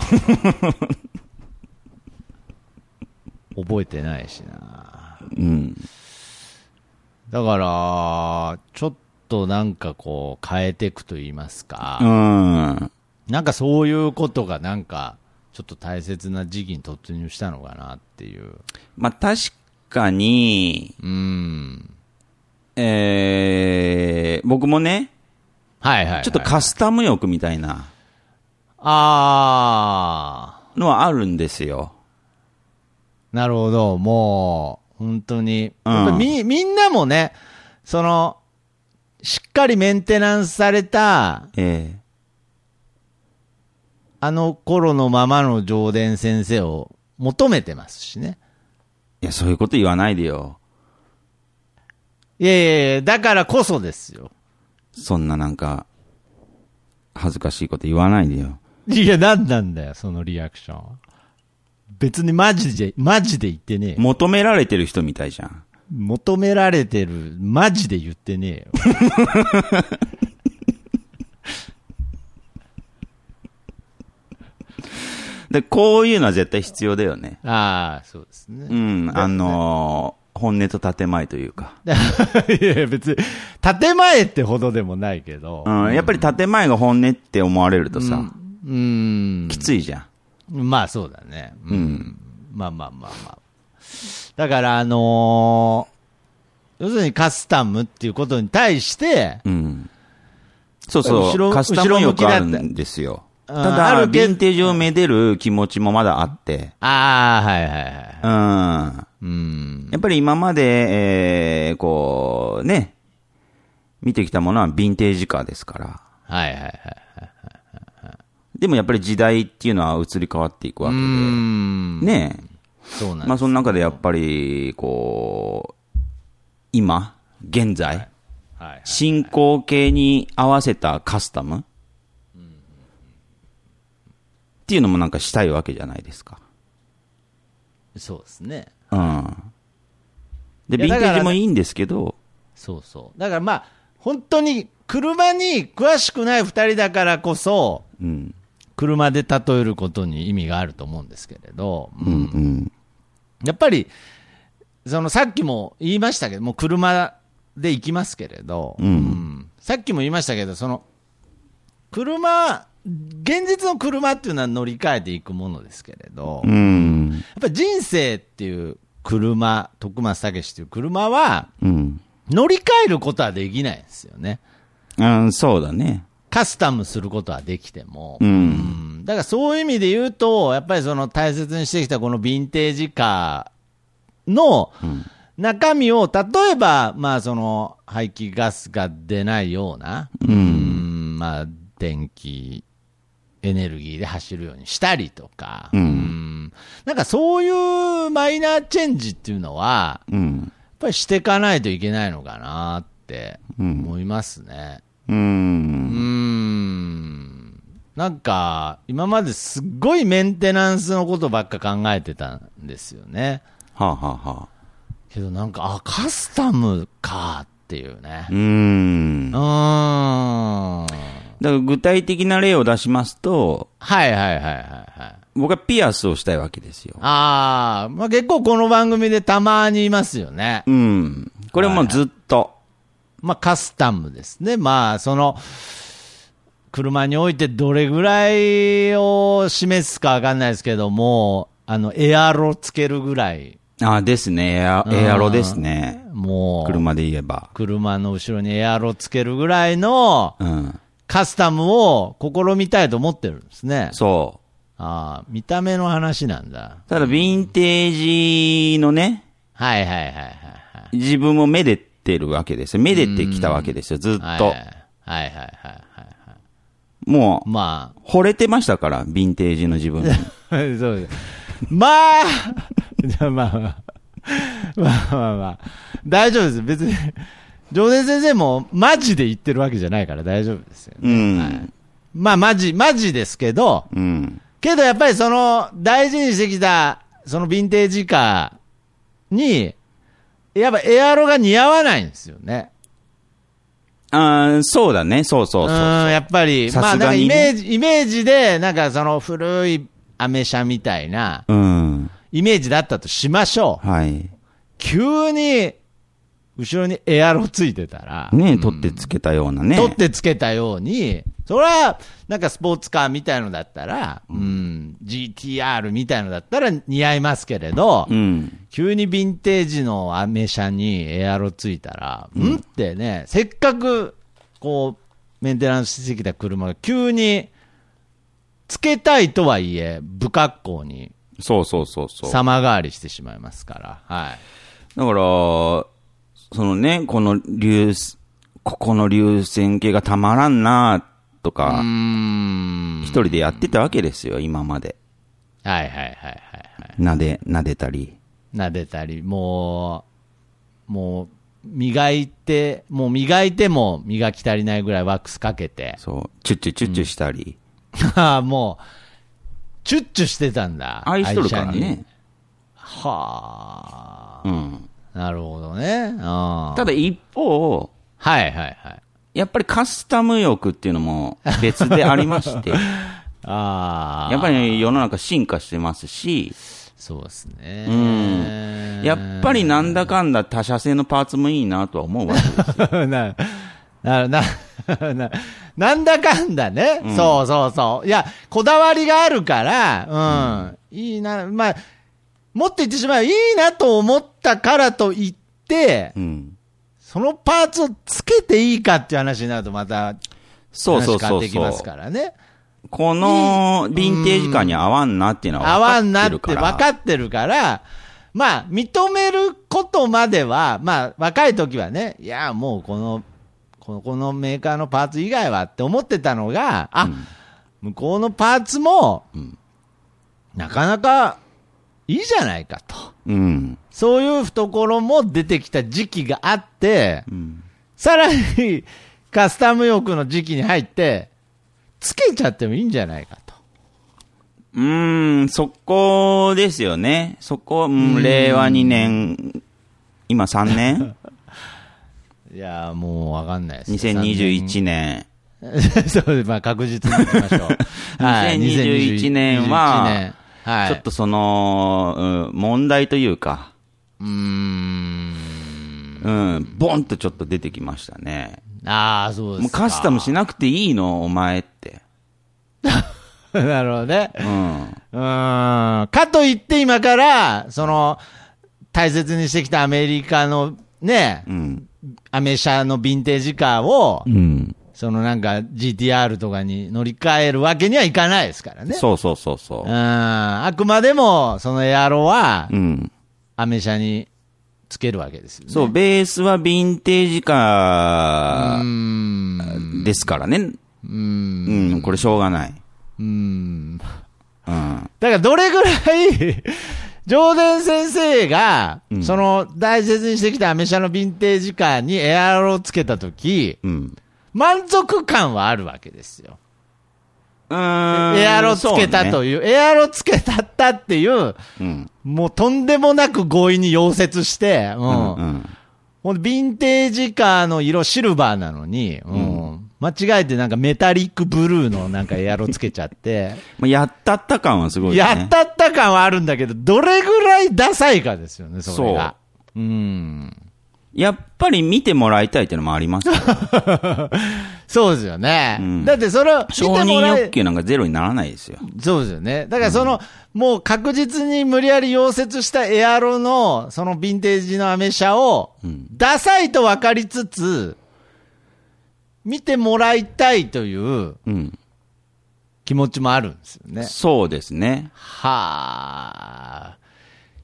[SPEAKER 3] 覚えてないしな。
[SPEAKER 4] うん。
[SPEAKER 3] だから、ちょっとなんかこう変えていくと言います
[SPEAKER 4] う
[SPEAKER 3] か、
[SPEAKER 4] ん。
[SPEAKER 3] なんかそういうことがなんかちょっと大切な時期に突入したのかなっていう。
[SPEAKER 4] まあ、確かに、
[SPEAKER 3] うん。
[SPEAKER 4] えー、僕もね、
[SPEAKER 3] はいはい、はい。
[SPEAKER 4] ちょっとカスタム欲みたいな
[SPEAKER 3] あ
[SPEAKER 4] のはあるんですよ。
[SPEAKER 3] ー、なるほど。もう、本当に。
[SPEAKER 4] うん
[SPEAKER 3] やっぱみ、みんなもね、その、しっかりメンテナンスされた、
[SPEAKER 4] え
[SPEAKER 3] あの頃のままの上田先生を求めてますしね。
[SPEAKER 4] ー、いや、そういうこと言わないでよ。
[SPEAKER 3] いやいやいや、だからこそですよ。
[SPEAKER 4] そんななんか、恥ずかしいこと言わないでよ。
[SPEAKER 3] いや、なんなんだよ、そのリアクション。別にマジで、マジで言ってねえよ。
[SPEAKER 4] 求められてる人みたいじゃん。
[SPEAKER 3] 求められてる、マジで言ってねえよ。
[SPEAKER 4] で、こういうのは絶対必要だよね。
[SPEAKER 3] ああ、そうですね。
[SPEAKER 4] うん、あのー本音と建前というか。
[SPEAKER 3] [LAUGHS] いやいや別に、建前ってほどでもないけど。
[SPEAKER 4] うん、やっぱり建前が本音って思われるとさ、
[SPEAKER 3] うん。
[SPEAKER 4] きついじゃん。
[SPEAKER 3] まあそうだね。う。
[SPEAKER 4] うんん。
[SPEAKER 3] まあまあまあまあ。だからあのー要するにカスタムっていうことに対して、
[SPEAKER 4] うん。そう
[SPEAKER 3] 後
[SPEAKER 4] そ
[SPEAKER 3] ろ
[SPEAKER 4] う、カスタム
[SPEAKER 3] 後ろ向き
[SPEAKER 4] 欲
[SPEAKER 3] だっ
[SPEAKER 4] あ
[SPEAKER 3] た
[SPEAKER 4] るんですよ。
[SPEAKER 3] うん
[SPEAKER 4] た
[SPEAKER 3] あ
[SPEAKER 4] だ、あ
[SPEAKER 3] る
[SPEAKER 4] る
[SPEAKER 3] け
[SPEAKER 4] ヴ
[SPEAKER 3] ど
[SPEAKER 4] ィンテージをめでる気持ちもまだあって。
[SPEAKER 3] ああ、はいはいはい。
[SPEAKER 4] うん。や
[SPEAKER 3] うん。
[SPEAKER 4] っぱり今まで、えー、こう、ね、見てきたものはヴィンテージカーですから。
[SPEAKER 3] はいはいはい。
[SPEAKER 4] でもやっぱり時代っていうのは移り変わっていくわけ
[SPEAKER 3] う
[SPEAKER 4] で。
[SPEAKER 3] ん。
[SPEAKER 4] ね
[SPEAKER 3] そうなん
[SPEAKER 4] ま
[SPEAKER 3] で
[SPEAKER 4] あ
[SPEAKER 3] す。
[SPEAKER 4] その中でやっぱり、こう、今、現在、
[SPEAKER 3] はい。
[SPEAKER 4] 進行形に合わせたカスタムっていうのもなんかしたいわけじゃないですか。
[SPEAKER 3] そうですね。
[SPEAKER 4] うん。で、ヴ
[SPEAKER 3] い
[SPEAKER 4] ィン
[SPEAKER 3] やだから
[SPEAKER 4] テージもいいんですけど、
[SPEAKER 3] そうそう。だからまあ、本当に車に詳しくない二人だからこそ、
[SPEAKER 4] うん。
[SPEAKER 3] 車で例えることに意味があると思うんですけれど、
[SPEAKER 4] うんうん。
[SPEAKER 3] やっぱり、そのさっきも言いましたけど、もう車で行きますけれど、
[SPEAKER 4] うん
[SPEAKER 3] さっきも言いましたけど、その、車、現実の車っていうのは乗り換えていくものですけれど、
[SPEAKER 4] う
[SPEAKER 3] やっ
[SPEAKER 4] ん。
[SPEAKER 3] ぱ人生っていう車、徳松武っていう車は、
[SPEAKER 4] うん。
[SPEAKER 3] 乗り換えることはできないんですよね。
[SPEAKER 4] うん、そうだね。
[SPEAKER 3] カスタムすることはできても、
[SPEAKER 4] う。
[SPEAKER 3] うんんだからそういう意味で言うと、やっぱりその大切にしてきたこのヴィンテージカーの中身を、例えば、まあその排気ガスが出ないような、うんまあ電気、エネルギーで走るようにしたりとか、
[SPEAKER 4] うん
[SPEAKER 3] うんなんかそういうマイナーチェンジっていうのは、
[SPEAKER 4] うん。
[SPEAKER 3] やっぱりしていかないといけないのかなって
[SPEAKER 4] うん
[SPEAKER 3] 思いますね。
[SPEAKER 4] う。
[SPEAKER 3] うんーんなんか、今まですっごいメンテナンスのことばっか考えてたんですよね。
[SPEAKER 4] はあ、はあはあ、
[SPEAKER 3] けどなんか、あ、カスタムかっていうね
[SPEAKER 4] う。ん。
[SPEAKER 3] うー
[SPEAKER 4] だ
[SPEAKER 3] ん。
[SPEAKER 4] か
[SPEAKER 3] はい
[SPEAKER 4] ら具体的な例を出しますと、
[SPEAKER 3] はいはいはいはい。
[SPEAKER 4] 僕はピアスをしたいわけですよ。
[SPEAKER 3] あー、まあ、結構この番組でたまにいますよね。
[SPEAKER 4] うん。これはもうずっと。
[SPEAKER 3] まあ、カスタムですね。まあ、その、車においてどれぐらいを示すかわかんないですけども、あの、エアロつけるぐらい、
[SPEAKER 4] あ、ですね。エア、エアロですね。
[SPEAKER 3] もう、
[SPEAKER 4] 車で言えば。
[SPEAKER 3] 車の後ろにエアロつけるぐらいの
[SPEAKER 4] うん。
[SPEAKER 3] カスタムを試みたいと思ってるんですね。
[SPEAKER 4] そ
[SPEAKER 3] ああ、見た目の話なんだ。
[SPEAKER 4] う。ただ、ヴィンテージのね、
[SPEAKER 3] はいはいはいはいはい。
[SPEAKER 4] 自分をめでてるわけですよ。めでてきたわけですよ、ずっ
[SPEAKER 3] はい
[SPEAKER 4] と。
[SPEAKER 3] はいはいはいはい。
[SPEAKER 4] も
[SPEAKER 3] まあ [LAUGHS]
[SPEAKER 4] う、、惚れてましたから、ヴィンテージの自分に。
[SPEAKER 3] そうです。まあ、 [LAUGHS] じゃあまあまあ、まあまあまあ、大丈夫です。別に、常連先生もマジで言ってるわけじゃないから大丈夫ですよ、ね。
[SPEAKER 4] うん。
[SPEAKER 3] まあマジ、マジですけど、
[SPEAKER 4] うん。
[SPEAKER 3] けどやっぱりその大事にしてきた、そのヴィンテージカーに、やっぱエアロが似合わないんですよね。
[SPEAKER 4] あーそうだね。そうそうそう。
[SPEAKER 3] ん、やっぱり、
[SPEAKER 4] さ
[SPEAKER 3] まあ
[SPEAKER 4] す
[SPEAKER 3] なん
[SPEAKER 4] が
[SPEAKER 3] か
[SPEAKER 4] に
[SPEAKER 3] イ
[SPEAKER 4] ね
[SPEAKER 3] メージ、イメージで、なんかその古いアメ車みたいな
[SPEAKER 4] うん。
[SPEAKER 3] イメージだったとしましょう。
[SPEAKER 4] はい。
[SPEAKER 3] 急に、後ろにエアロついてたら、
[SPEAKER 4] ね取ってつけたようなね。
[SPEAKER 3] 取っ。てつけたように、それは、なんかスポーツカーみたいのだったら、うん、GTR みたいのだったら似合いますけれど、
[SPEAKER 4] うん。
[SPEAKER 3] 急にヴィンテージのアメ車にエアロついたら、うん、ってね、せっかく、こう、メンテナンスしてきた車が急に、つけたいとはいえ、不格好に
[SPEAKER 4] そうそうそうそう。だか
[SPEAKER 3] 様変わりしてしまいますから、はい。
[SPEAKER 4] ら、そのね、この流、ここの流線形がたまらんなとか、一人でやってたわけですよ、今まで。
[SPEAKER 3] はいはいはいはいはい。
[SPEAKER 4] なで、なでたり。
[SPEAKER 3] 撫でたり、もう、もう、磨いて、もう磨いても磨き足りないぐらいワックスかけて。
[SPEAKER 4] そう。チュッチュチュッチュしたり。
[SPEAKER 3] ああ、 [LAUGHS] もう、チュッチュしてたんだ。
[SPEAKER 4] 愛しとるから
[SPEAKER 3] 愛車に
[SPEAKER 4] ね。。
[SPEAKER 3] はあ、
[SPEAKER 4] うん。
[SPEAKER 3] なるほどね。ああ
[SPEAKER 4] ただ一方、
[SPEAKER 3] はいはいはい。
[SPEAKER 4] やっぱりカスタム欲っていうのも別でありまして、
[SPEAKER 3] [LAUGHS] ああ。
[SPEAKER 4] やっぱり世の中進化してますし、
[SPEAKER 3] そうですね。
[SPEAKER 4] うんやっぱりなんだかんだ他社製のパーツもいいなとは思うわけです。
[SPEAKER 3] [LAUGHS] な、な、な、な、 [LAUGHS] なんだかんだね、そうそうそう。いや、こだわりがあるから、うん。いいな、まあ、もっと言ってしまえばいいなと思ったからといって、
[SPEAKER 4] うん。
[SPEAKER 3] そのパーツをつけていいかっていう話になるとまた、
[SPEAKER 4] そうそ
[SPEAKER 3] 話変
[SPEAKER 4] うそ
[SPEAKER 3] わっ
[SPEAKER 4] う
[SPEAKER 3] てき
[SPEAKER 4] そ
[SPEAKER 3] ま
[SPEAKER 4] う
[SPEAKER 3] す。からね。
[SPEAKER 4] このヴィンテージ感に合わんなっていうのは
[SPEAKER 3] 合わん
[SPEAKER 4] 分か
[SPEAKER 3] な
[SPEAKER 4] って
[SPEAKER 3] って
[SPEAKER 4] るから。
[SPEAKER 3] 分かってるから、まあ、認めることまでは、まあ、若い時はね、いや、もうこの、このこのメーカーのパーツ以外はって思ってたのが、あ、向こうのパーツも、なかなかいいじゃないかと。
[SPEAKER 4] うん。
[SPEAKER 3] そういう懐も出てきた時期があって、
[SPEAKER 4] うん。
[SPEAKER 3] さらにカスタム欲の時期に入って、つけちゃってもいいんじゃないかと。
[SPEAKER 4] うーん、そこですよね。そこ、うん、令和2年、今3年
[SPEAKER 3] [LAUGHS] いやー、もうわかんないです。
[SPEAKER 4] ?2021 年。
[SPEAKER 3] [LAUGHS] そう、まあ確実にいきましょう。
[SPEAKER 4] [LAUGHS] 2021年は、
[SPEAKER 3] 2021はい、
[SPEAKER 4] ちょっとその、うん、問題というか、
[SPEAKER 3] うーん。
[SPEAKER 4] うん、ボンとちょっと出てきましたね。
[SPEAKER 3] ああ、そうで
[SPEAKER 4] もう
[SPEAKER 3] すか。
[SPEAKER 4] カスタムしなくていいの、お前って。
[SPEAKER 3] [LAUGHS] なるほどね。
[SPEAKER 4] うん。
[SPEAKER 3] うーん。かといって今から、その、大切にしてきたアメリカのね
[SPEAKER 4] う、ん。
[SPEAKER 3] アメ車のヴィンテージカーを、
[SPEAKER 4] うん。
[SPEAKER 3] そのなんか GTR とかに乗り換えるわけにはいかないですからね。
[SPEAKER 4] そうそうそうそう
[SPEAKER 3] う。ん。あくまでも、そのエアロは
[SPEAKER 4] う、ん。
[SPEAKER 3] アメ車につけるわけですよね。
[SPEAKER 4] そう、ベースはヴィンテージカ
[SPEAKER 3] うーん。
[SPEAKER 4] ーですからね。
[SPEAKER 3] うーん。
[SPEAKER 4] うん、これしょうがない。
[SPEAKER 3] うーん。
[SPEAKER 4] うん。
[SPEAKER 3] だからどれぐらい、 [LAUGHS] 上田先生が、
[SPEAKER 4] うん
[SPEAKER 3] その大切にしてきたアメ車のヴィンテージカーにエアロをつけたとき、
[SPEAKER 4] うん。
[SPEAKER 3] 満足感はあるわけですよ。
[SPEAKER 4] うーん。
[SPEAKER 3] エアロつけたと
[SPEAKER 4] いう。
[SPEAKER 3] いう、エアロつけたったっていう、
[SPEAKER 4] うん。
[SPEAKER 3] もうとんでもなく強引に溶接して、う。
[SPEAKER 4] うんん。うん。
[SPEAKER 3] もうヴィンテージカーの色シルバーなのに、うん間違えてなんかメタリックブルーのなんかエアロつけちゃって、
[SPEAKER 4] まあ、やったった感はすごいよね。
[SPEAKER 3] やったった感はあるんだけど、どれぐらいダサいかですよね、それが。うん。
[SPEAKER 4] やっぱり見てもらいたいっていうのもありますよ。
[SPEAKER 3] そうですよね。
[SPEAKER 4] うん
[SPEAKER 3] だってそれ [LAUGHS] を見て
[SPEAKER 4] 承
[SPEAKER 3] も
[SPEAKER 4] 認
[SPEAKER 3] ら
[SPEAKER 4] 欲
[SPEAKER 3] え、
[SPEAKER 4] 求なんかゼロにならないですよ。
[SPEAKER 3] そうですよね。だからその、もう確実に無理やり溶接したエアロの、そのヴィンテージのアメ車を、
[SPEAKER 4] うん
[SPEAKER 3] ダサいと分かりつつ、見てもらいたいという
[SPEAKER 4] うん。
[SPEAKER 3] 気持ちもあるんですよね。
[SPEAKER 4] そうですね。
[SPEAKER 3] はあ。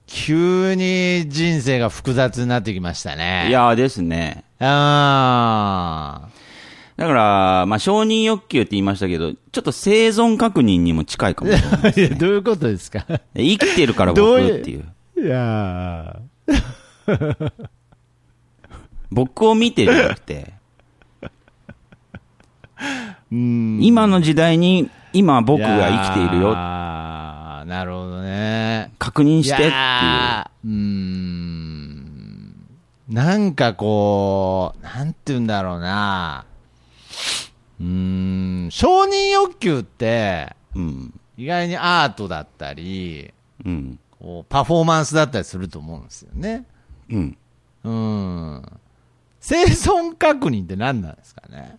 [SPEAKER 3] 急に人生が複雑になってきましたね。
[SPEAKER 4] いやーですね。
[SPEAKER 3] あ
[SPEAKER 4] だから、まあ、承認欲求って言いましたけど、ちょっと生存確認にも近いかもしれない。
[SPEAKER 3] あ。 [LAUGHS] いや、どういうことですか
[SPEAKER 4] 生きてるから
[SPEAKER 3] ど
[SPEAKER 4] 僕
[SPEAKER 3] ういう
[SPEAKER 4] っていう。
[SPEAKER 3] いや
[SPEAKER 4] 僕を見てるんじゃなくて。今の時代に、今僕が生きているよ。
[SPEAKER 3] ああ、なるほどね。
[SPEAKER 4] 確認してっていう。
[SPEAKER 3] やーうーん。なんかこう、なんて言うんだろうな。うーん、承認欲求って、
[SPEAKER 4] うん。
[SPEAKER 3] 意外にアートだったり、
[SPEAKER 4] うん。
[SPEAKER 3] こうパフォーマンスだったりすると思うんですよね。
[SPEAKER 4] うん。
[SPEAKER 3] うん。生存確認って何なんですかね。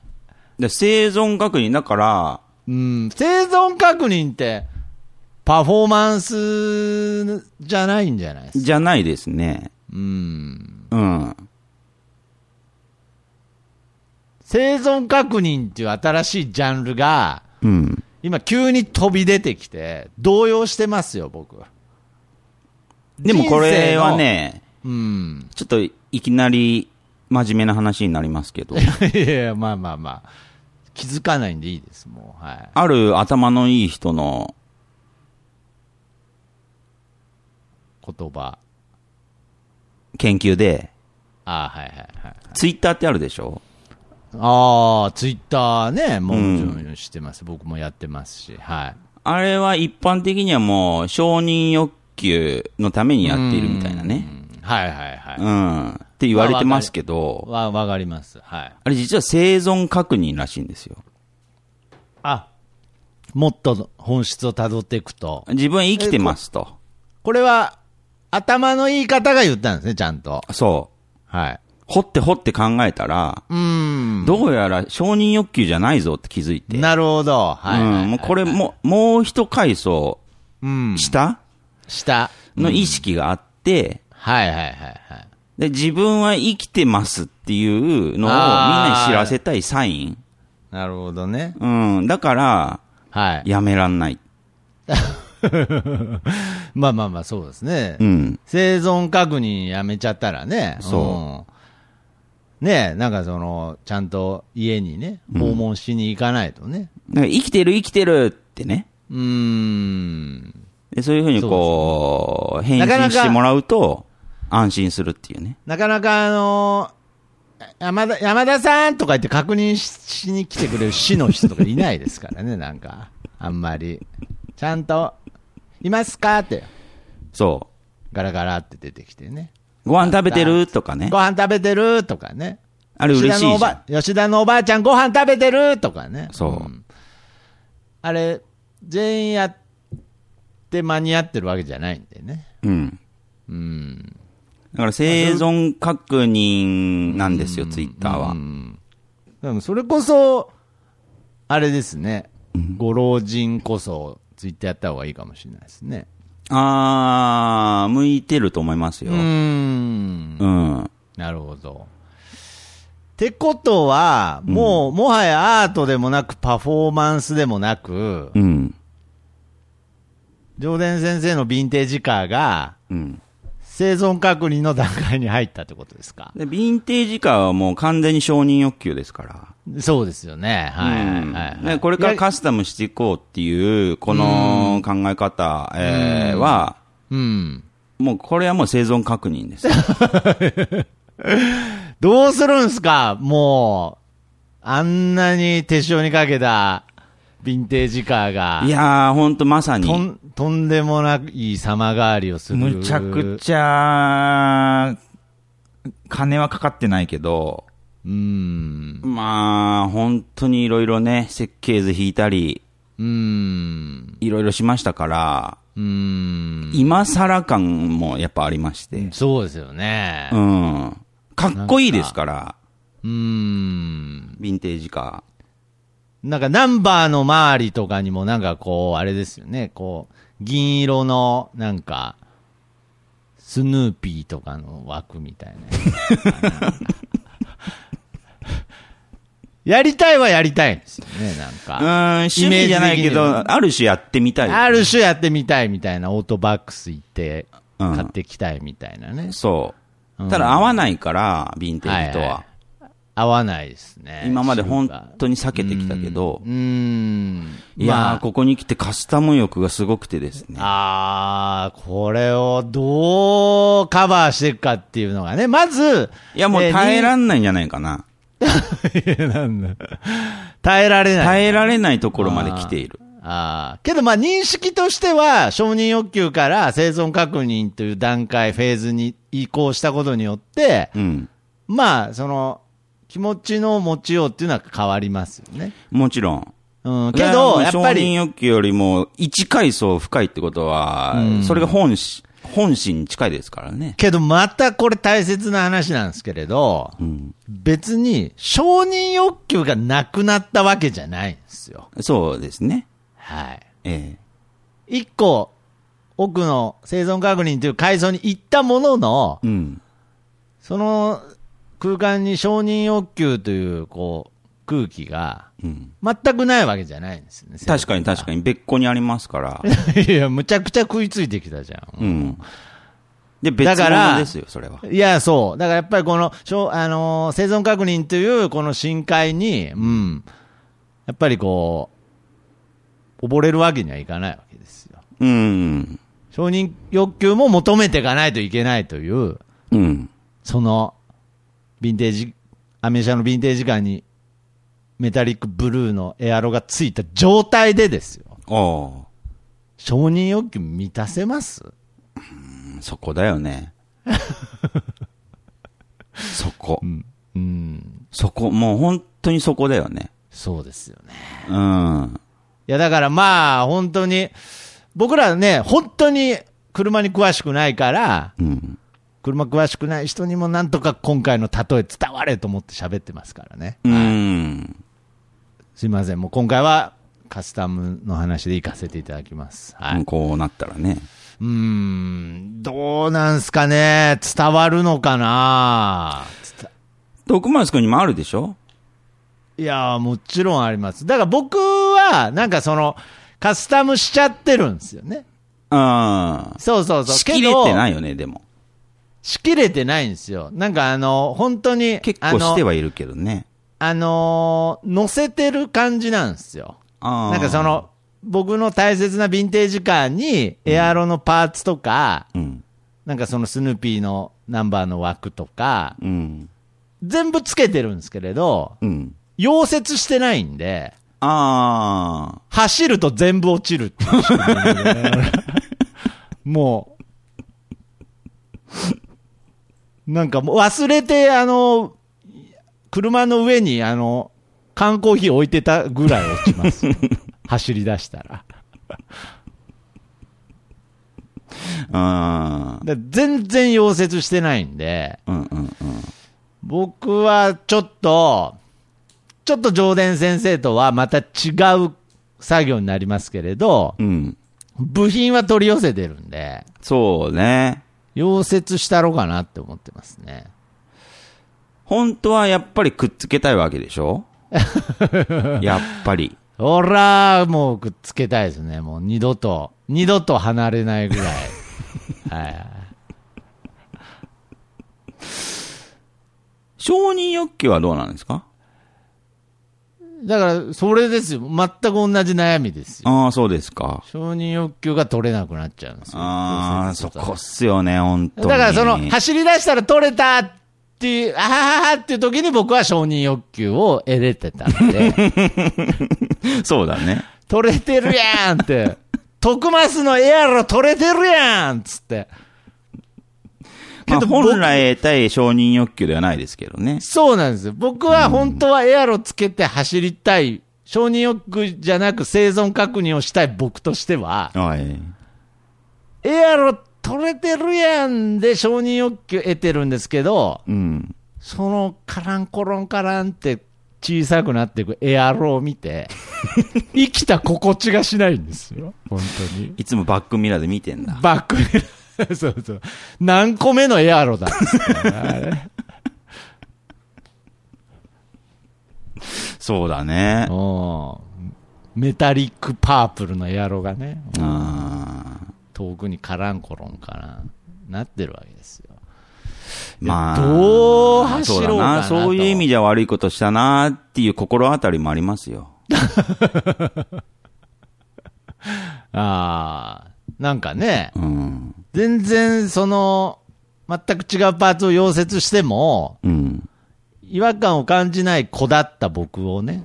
[SPEAKER 4] で生存確認、だから、
[SPEAKER 3] うん、生存確認って、パフォーマンスじゃないんじゃないですか。
[SPEAKER 4] じゃないですね。
[SPEAKER 3] うん。
[SPEAKER 4] うん。
[SPEAKER 3] 生存確認っていう新しいジャンルが、
[SPEAKER 4] うん。
[SPEAKER 3] 今急に飛び出てきて、動揺してますよ、僕。
[SPEAKER 4] でもこれはね、
[SPEAKER 3] うん。
[SPEAKER 4] ちょっといきなり真面目な話になりますけ
[SPEAKER 3] [LAUGHS]
[SPEAKER 4] ど、
[SPEAKER 3] いやいや、まあまあまあ。気づかないんでいいです、もう。はい。
[SPEAKER 4] ある頭のいい人の
[SPEAKER 3] 言葉。
[SPEAKER 4] 研究で、
[SPEAKER 3] ああ、はいはいはい。
[SPEAKER 4] ツイッターってあるでしょ
[SPEAKER 3] ああ、ツイッターね、もちろんしてます、僕もやってますし。はい。
[SPEAKER 4] あれは一般的にはもう承認欲求のためにやっているみたいなね。
[SPEAKER 3] はいはいはい。
[SPEAKER 4] うん。って言われてますけど、
[SPEAKER 3] わ、わかります。はい。
[SPEAKER 4] あれ実は生存確認らしいんですよ。
[SPEAKER 3] あ、もっと本質をたどっていくと。
[SPEAKER 4] 自分は生きてますと。
[SPEAKER 3] これは、頭のいい方が言ったんですね、ちゃんと。
[SPEAKER 4] そ
[SPEAKER 3] はい。
[SPEAKER 4] う。掘って掘って考えたら、
[SPEAKER 3] うーん。
[SPEAKER 4] どうやら承認欲求じゃないぞって気づいて。
[SPEAKER 3] なるほど。はいはい、
[SPEAKER 4] うん、もうこれも、もう一階層
[SPEAKER 3] うん。
[SPEAKER 4] 下
[SPEAKER 3] 下。
[SPEAKER 4] の意識があって、
[SPEAKER 3] はいはいはいはい。
[SPEAKER 4] で、自分は生きてますっていうのをみんなに知らせたいサイン。
[SPEAKER 3] なるほどね。
[SPEAKER 4] うん、だから、
[SPEAKER 3] はい。
[SPEAKER 4] やめらんない。
[SPEAKER 3] まあまあまあ、そうですね。
[SPEAKER 4] うん。
[SPEAKER 3] 生存確認やめちゃったらね。
[SPEAKER 4] そ
[SPEAKER 3] うん。ねえ、なんかその、ちゃんと家にね、訪問しに行かないとね。
[SPEAKER 4] だから生きてる生きてるってね。
[SPEAKER 3] うーん。
[SPEAKER 4] でそういうふうにこう、返
[SPEAKER 3] なかな
[SPEAKER 4] 信
[SPEAKER 3] か
[SPEAKER 4] してもらうと、安心するっていうね。
[SPEAKER 3] なかなかあの山田、山田さんとか言って確認ししに来てくれる市の人とかいないですから
[SPEAKER 4] [LAUGHS]
[SPEAKER 3] ね、なんか。あんまり。ちゃんと、いますかって、
[SPEAKER 4] そ
[SPEAKER 3] ガラガラって出てきてね。
[SPEAKER 4] う。ご飯食べてるとかね
[SPEAKER 3] ご。飯食べてるとかね。
[SPEAKER 4] あれ嬉しいじゃん
[SPEAKER 3] 吉田のおば吉田のおばあちゃんご飯食べてるとかね。
[SPEAKER 4] そうん
[SPEAKER 3] あれ、全員やって間に合ってるわけじゃないんでね。
[SPEAKER 4] うん。だから生存確認なんですよ、ツイッターは。
[SPEAKER 3] でもそれこそ、あれですね。ご老人こそ、ツイッターやった方がいいかもしれないですね。
[SPEAKER 4] あー、向いてると思いますよ。
[SPEAKER 3] うーん。
[SPEAKER 4] うん。
[SPEAKER 3] なるほど。ってことは、もう、もはやアートでもなく、パフォーマンスでもなく
[SPEAKER 4] う、ん。
[SPEAKER 3] 上田先生のヴィンテージカーが、
[SPEAKER 4] うん。
[SPEAKER 3] 生存確認の段階に入ったってことですか
[SPEAKER 4] で、ヴィンテージカーはもう完全に承認欲求ですから。
[SPEAKER 3] そうですよね。はいはい
[SPEAKER 4] うん
[SPEAKER 3] はい、
[SPEAKER 4] ねこれから
[SPEAKER 3] いや
[SPEAKER 4] カスタムしていこうっていう、この考え方、えーは、
[SPEAKER 3] うん。
[SPEAKER 4] もうこれはもう生存確認
[SPEAKER 3] [LAUGHS]
[SPEAKER 4] です。
[SPEAKER 3] どうするんすかもう、あんなに手塩にかけたヴィンテージカーが、
[SPEAKER 4] いやー、ほんとまさ
[SPEAKER 3] と
[SPEAKER 4] に、
[SPEAKER 3] ん、とんでもない様変わりをする。
[SPEAKER 4] むちゃくちゃ、金はかかってないけど、
[SPEAKER 3] うん。
[SPEAKER 4] まあ、本当にいろいろね、設計図引いたり、
[SPEAKER 3] うん。
[SPEAKER 4] いろいろしましたから、
[SPEAKER 3] うん。
[SPEAKER 4] 今更感もやっぱありまして、
[SPEAKER 3] そうですよね
[SPEAKER 4] う。ん。かっこいいですから、
[SPEAKER 3] うん。
[SPEAKER 4] ヴィンテージカ
[SPEAKER 3] なんかナンバーの周りとかにもなんかこう、あれですよね、こう、銀色のなんか、スヌーピーとかの枠みたいな。 [LAUGHS] やりたいはやりたいんですよね、なん
[SPEAKER 4] ー。
[SPEAKER 3] か
[SPEAKER 4] う。ん、趣味じゃないけ
[SPEAKER 3] イメージ的には
[SPEAKER 4] ど、ある種やってみたい。
[SPEAKER 3] ある種やってみたいみたいな、オートバックス行って、
[SPEAKER 4] うん
[SPEAKER 3] 買ってきたいみたいなね。
[SPEAKER 4] そう。ただ合わないから、ヴィンテージとは。
[SPEAKER 3] はいは合わないですね。
[SPEAKER 4] 今まで本
[SPEAKER 3] 当
[SPEAKER 4] 当に避けてきたけど
[SPEAKER 3] う、ーん。
[SPEAKER 4] いやー、
[SPEAKER 3] まあ
[SPEAKER 4] ここに来てカスタム欲がすごくてですね。
[SPEAKER 3] ああ、これをどうカバーしていくかっていうのがね、まず、
[SPEAKER 4] いや、もう
[SPEAKER 3] えー
[SPEAKER 4] 耐えらんないんじゃないかな。
[SPEAKER 3] 耐えられない。
[SPEAKER 4] 耐えられないところまで来ている。
[SPEAKER 3] ああ、けどまあ認識としては、承認欲求から生存確認という段階、フェーズに移行したことによって、
[SPEAKER 4] うん。
[SPEAKER 3] まあ、その、気持ちの持ちようっていうのは変わりますよね。
[SPEAKER 4] もちろん。
[SPEAKER 3] うん、けど、やっ
[SPEAKER 4] 承
[SPEAKER 3] ぱ
[SPEAKER 4] 認
[SPEAKER 3] り、
[SPEAKER 4] 欲求よりも1階層深いってことは、それが本心、本心に近いですからね。
[SPEAKER 3] けどまたこれ大切な話なんですけれど、
[SPEAKER 4] ん
[SPEAKER 3] 別に承認欲求がなくなったわけじゃないんですよ。
[SPEAKER 4] そうですね。
[SPEAKER 3] はい。
[SPEAKER 4] ええ。
[SPEAKER 3] 一個、奥の生存確認という階層に行ったものの、
[SPEAKER 4] うん。
[SPEAKER 3] その空間に承認欲求という、こう、空気が、
[SPEAKER 4] うん。
[SPEAKER 3] 全くないわけじゃないんですよね。
[SPEAKER 4] 確かに確かに、別個にありますから。
[SPEAKER 3] に。 [LAUGHS] いや、むちゃくちゃ食いついてきたじゃん。
[SPEAKER 4] うん。で、別
[SPEAKER 3] だから
[SPEAKER 4] 物ですよ、それは。
[SPEAKER 3] いや、そう。だからやっぱりこの、しょうあのー生存確認という、この深海に、うん。やっぱりこう、溺れるわけにはいかないわけですよ。
[SPEAKER 4] うん。
[SPEAKER 3] 承認欲求も求めていかないといけないという、
[SPEAKER 4] うん。
[SPEAKER 3] その、ヴィンテージ、アメ車のヴィンテージ感に、メタリックブルーのエアロがついた状態でですよ。
[SPEAKER 4] あ
[SPEAKER 3] 承認欲求満たせます
[SPEAKER 4] あ、そこだ
[SPEAKER 3] [LAUGHS]
[SPEAKER 4] よね。そこ。
[SPEAKER 3] うん。
[SPEAKER 4] そこ、もう本当にそこだよね。
[SPEAKER 3] そうですよね。
[SPEAKER 4] うん。
[SPEAKER 3] いや、だからまあ、本当に、僕らね、本当に車に詳しくないから、
[SPEAKER 4] うん。
[SPEAKER 3] 車詳しくない人にもなんとか今回の例え伝われと思って喋ってますからね。
[SPEAKER 4] うん。
[SPEAKER 3] すいません。もう今回はカスタムの話で行かせていただきます。はい。う
[SPEAKER 4] こうなったらね。
[SPEAKER 3] ーん。どうなんすかね伝わるのかな伝
[SPEAKER 4] 徳松君にもあるでしょ
[SPEAKER 3] いやー、もちろんあります。だから僕は、なんかその、カスタムしちゃってるんですよね。
[SPEAKER 4] ああ。
[SPEAKER 3] そうそうそう。。
[SPEAKER 4] 仕切れてないいよね、でも。
[SPEAKER 3] 仕切れてないんですよ。なんかあの、本当に、
[SPEAKER 4] 結構して
[SPEAKER 3] あの
[SPEAKER 4] はいるけどね。
[SPEAKER 3] あのー乗せてる感じなんですよ。
[SPEAKER 4] ああ。
[SPEAKER 3] なんかそ、の、僕の大切なヴィンテージカーに、エアロのパーツとか、
[SPEAKER 4] うん。
[SPEAKER 3] なんかそのスヌーピーのナンバーの枠とか、
[SPEAKER 4] うん。
[SPEAKER 3] 全部つけてるんですけれど、
[SPEAKER 4] うん。
[SPEAKER 3] 溶接してないんで、
[SPEAKER 4] ああ。
[SPEAKER 3] 走ると全部落ちるっていう仕組みなんでねもう、なんかもう忘れて、あの、車の上に、あの、缶コーヒー置いてたぐらい落ちます。走り出したら。
[SPEAKER 4] ああ。
[SPEAKER 3] だから全然溶接してないんで、
[SPEAKER 4] うんうんうん。
[SPEAKER 3] 僕はちょっと、ちょっと上田先生とはまた違う作業になりますけれど、
[SPEAKER 4] うん。
[SPEAKER 3] 部品は取り寄せてるんで、
[SPEAKER 4] そうね。
[SPEAKER 3] 溶接したろうかなって思ってますね。
[SPEAKER 4] 本当はやっぱりくっつけたいわけで
[SPEAKER 3] [LAUGHS]
[SPEAKER 4] しょやっぱり。
[SPEAKER 3] ほら、もうくっつけたいですね。もう二度と、二度と離れないぐ
[SPEAKER 4] [LAUGHS]
[SPEAKER 3] らい。はい。
[SPEAKER 4] 承認欲求はどうなんですか
[SPEAKER 3] だから、それですよ。全く同じ悩みですよ。
[SPEAKER 4] ああ、そうですか。
[SPEAKER 3] 承認欲求が取れなくなっちゃうんですよ。溶
[SPEAKER 4] ああ、
[SPEAKER 3] 接
[SPEAKER 4] そ
[SPEAKER 3] とか
[SPEAKER 4] こっすよね、本当
[SPEAKER 3] だ
[SPEAKER 4] に。
[SPEAKER 3] からその、走り出したら取れたっていう、あはははっていう時に僕は承認欲求を得れてたんで、
[SPEAKER 4] そうだね。
[SPEAKER 3] 取れてるやんって、徳スのエアロ取れてるやんっつって。
[SPEAKER 4] まあ、
[SPEAKER 3] けど
[SPEAKER 4] 本来得たい承認欲求ではないですけどね。
[SPEAKER 3] そうなんですよ。僕は本当はエアロつけて走りたい、承認欲求じゃなく生存確認をしたい僕としては、
[SPEAKER 4] はい。
[SPEAKER 3] エアロ取れてるやんで承認欲求得てるんですけど、
[SPEAKER 4] うん。
[SPEAKER 3] そのカランコロンカランって小さくなっていくエアロを見
[SPEAKER 4] [LAUGHS]
[SPEAKER 3] て、生きた心地がしないんですよ。本当に。
[SPEAKER 4] いつもバックミラーで見てんだ。
[SPEAKER 3] [LAUGHS] バックミラーそうそう。何個目のエアロ
[SPEAKER 4] [LAUGHS]
[SPEAKER 3] だっつってねあれ
[SPEAKER 4] そうだね。
[SPEAKER 3] うんメタリックパープルのエアロがね、
[SPEAKER 4] ああ。
[SPEAKER 3] 遠くにカランコロンカランなってるわけですよ。
[SPEAKER 4] まあ。
[SPEAKER 3] どう走ろうかなと
[SPEAKER 4] そうだそういう意味じゃ悪いことしたなっていう心当たりもありますよ。
[SPEAKER 3] ああ、なんかね、
[SPEAKER 4] うん。
[SPEAKER 3] 全然その、全く違うパーツを溶接しても、
[SPEAKER 4] うん。
[SPEAKER 3] 違和感を感じない子だった僕を
[SPEAKER 4] [LAUGHS]
[SPEAKER 3] ね。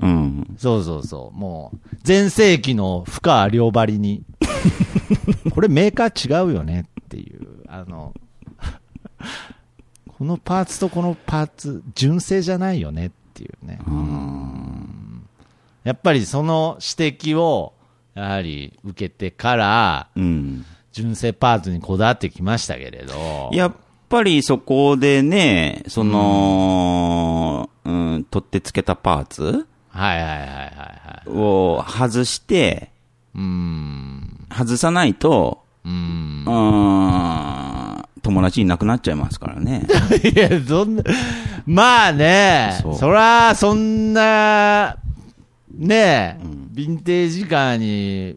[SPEAKER 3] うん
[SPEAKER 4] うん。
[SPEAKER 3] そうそうそう。もう、全盛期の負荷両張りに。 [LAUGHS] これメーカー違うよねっていう。あの、 [LAUGHS] このパーツとこのパーツ、純正じゃないよねっていうね。やっぱりその指摘を、やはり受けてから、
[SPEAKER 4] うん。
[SPEAKER 3] 純正パーツにこだわってきましたけれど。
[SPEAKER 4] やっぱりそこでね、その、うん、取ってつけたパーツ
[SPEAKER 3] はいはいはいはいはい。
[SPEAKER 4] を外して、
[SPEAKER 3] うーん。
[SPEAKER 4] 外さないと、
[SPEAKER 3] うーん。
[SPEAKER 4] うーん、友達いなくなっちゃいますからね。
[SPEAKER 3] いや、そんな、まあね、
[SPEAKER 4] そう
[SPEAKER 3] そら、そんな、ねえ、ヴィンテージカーに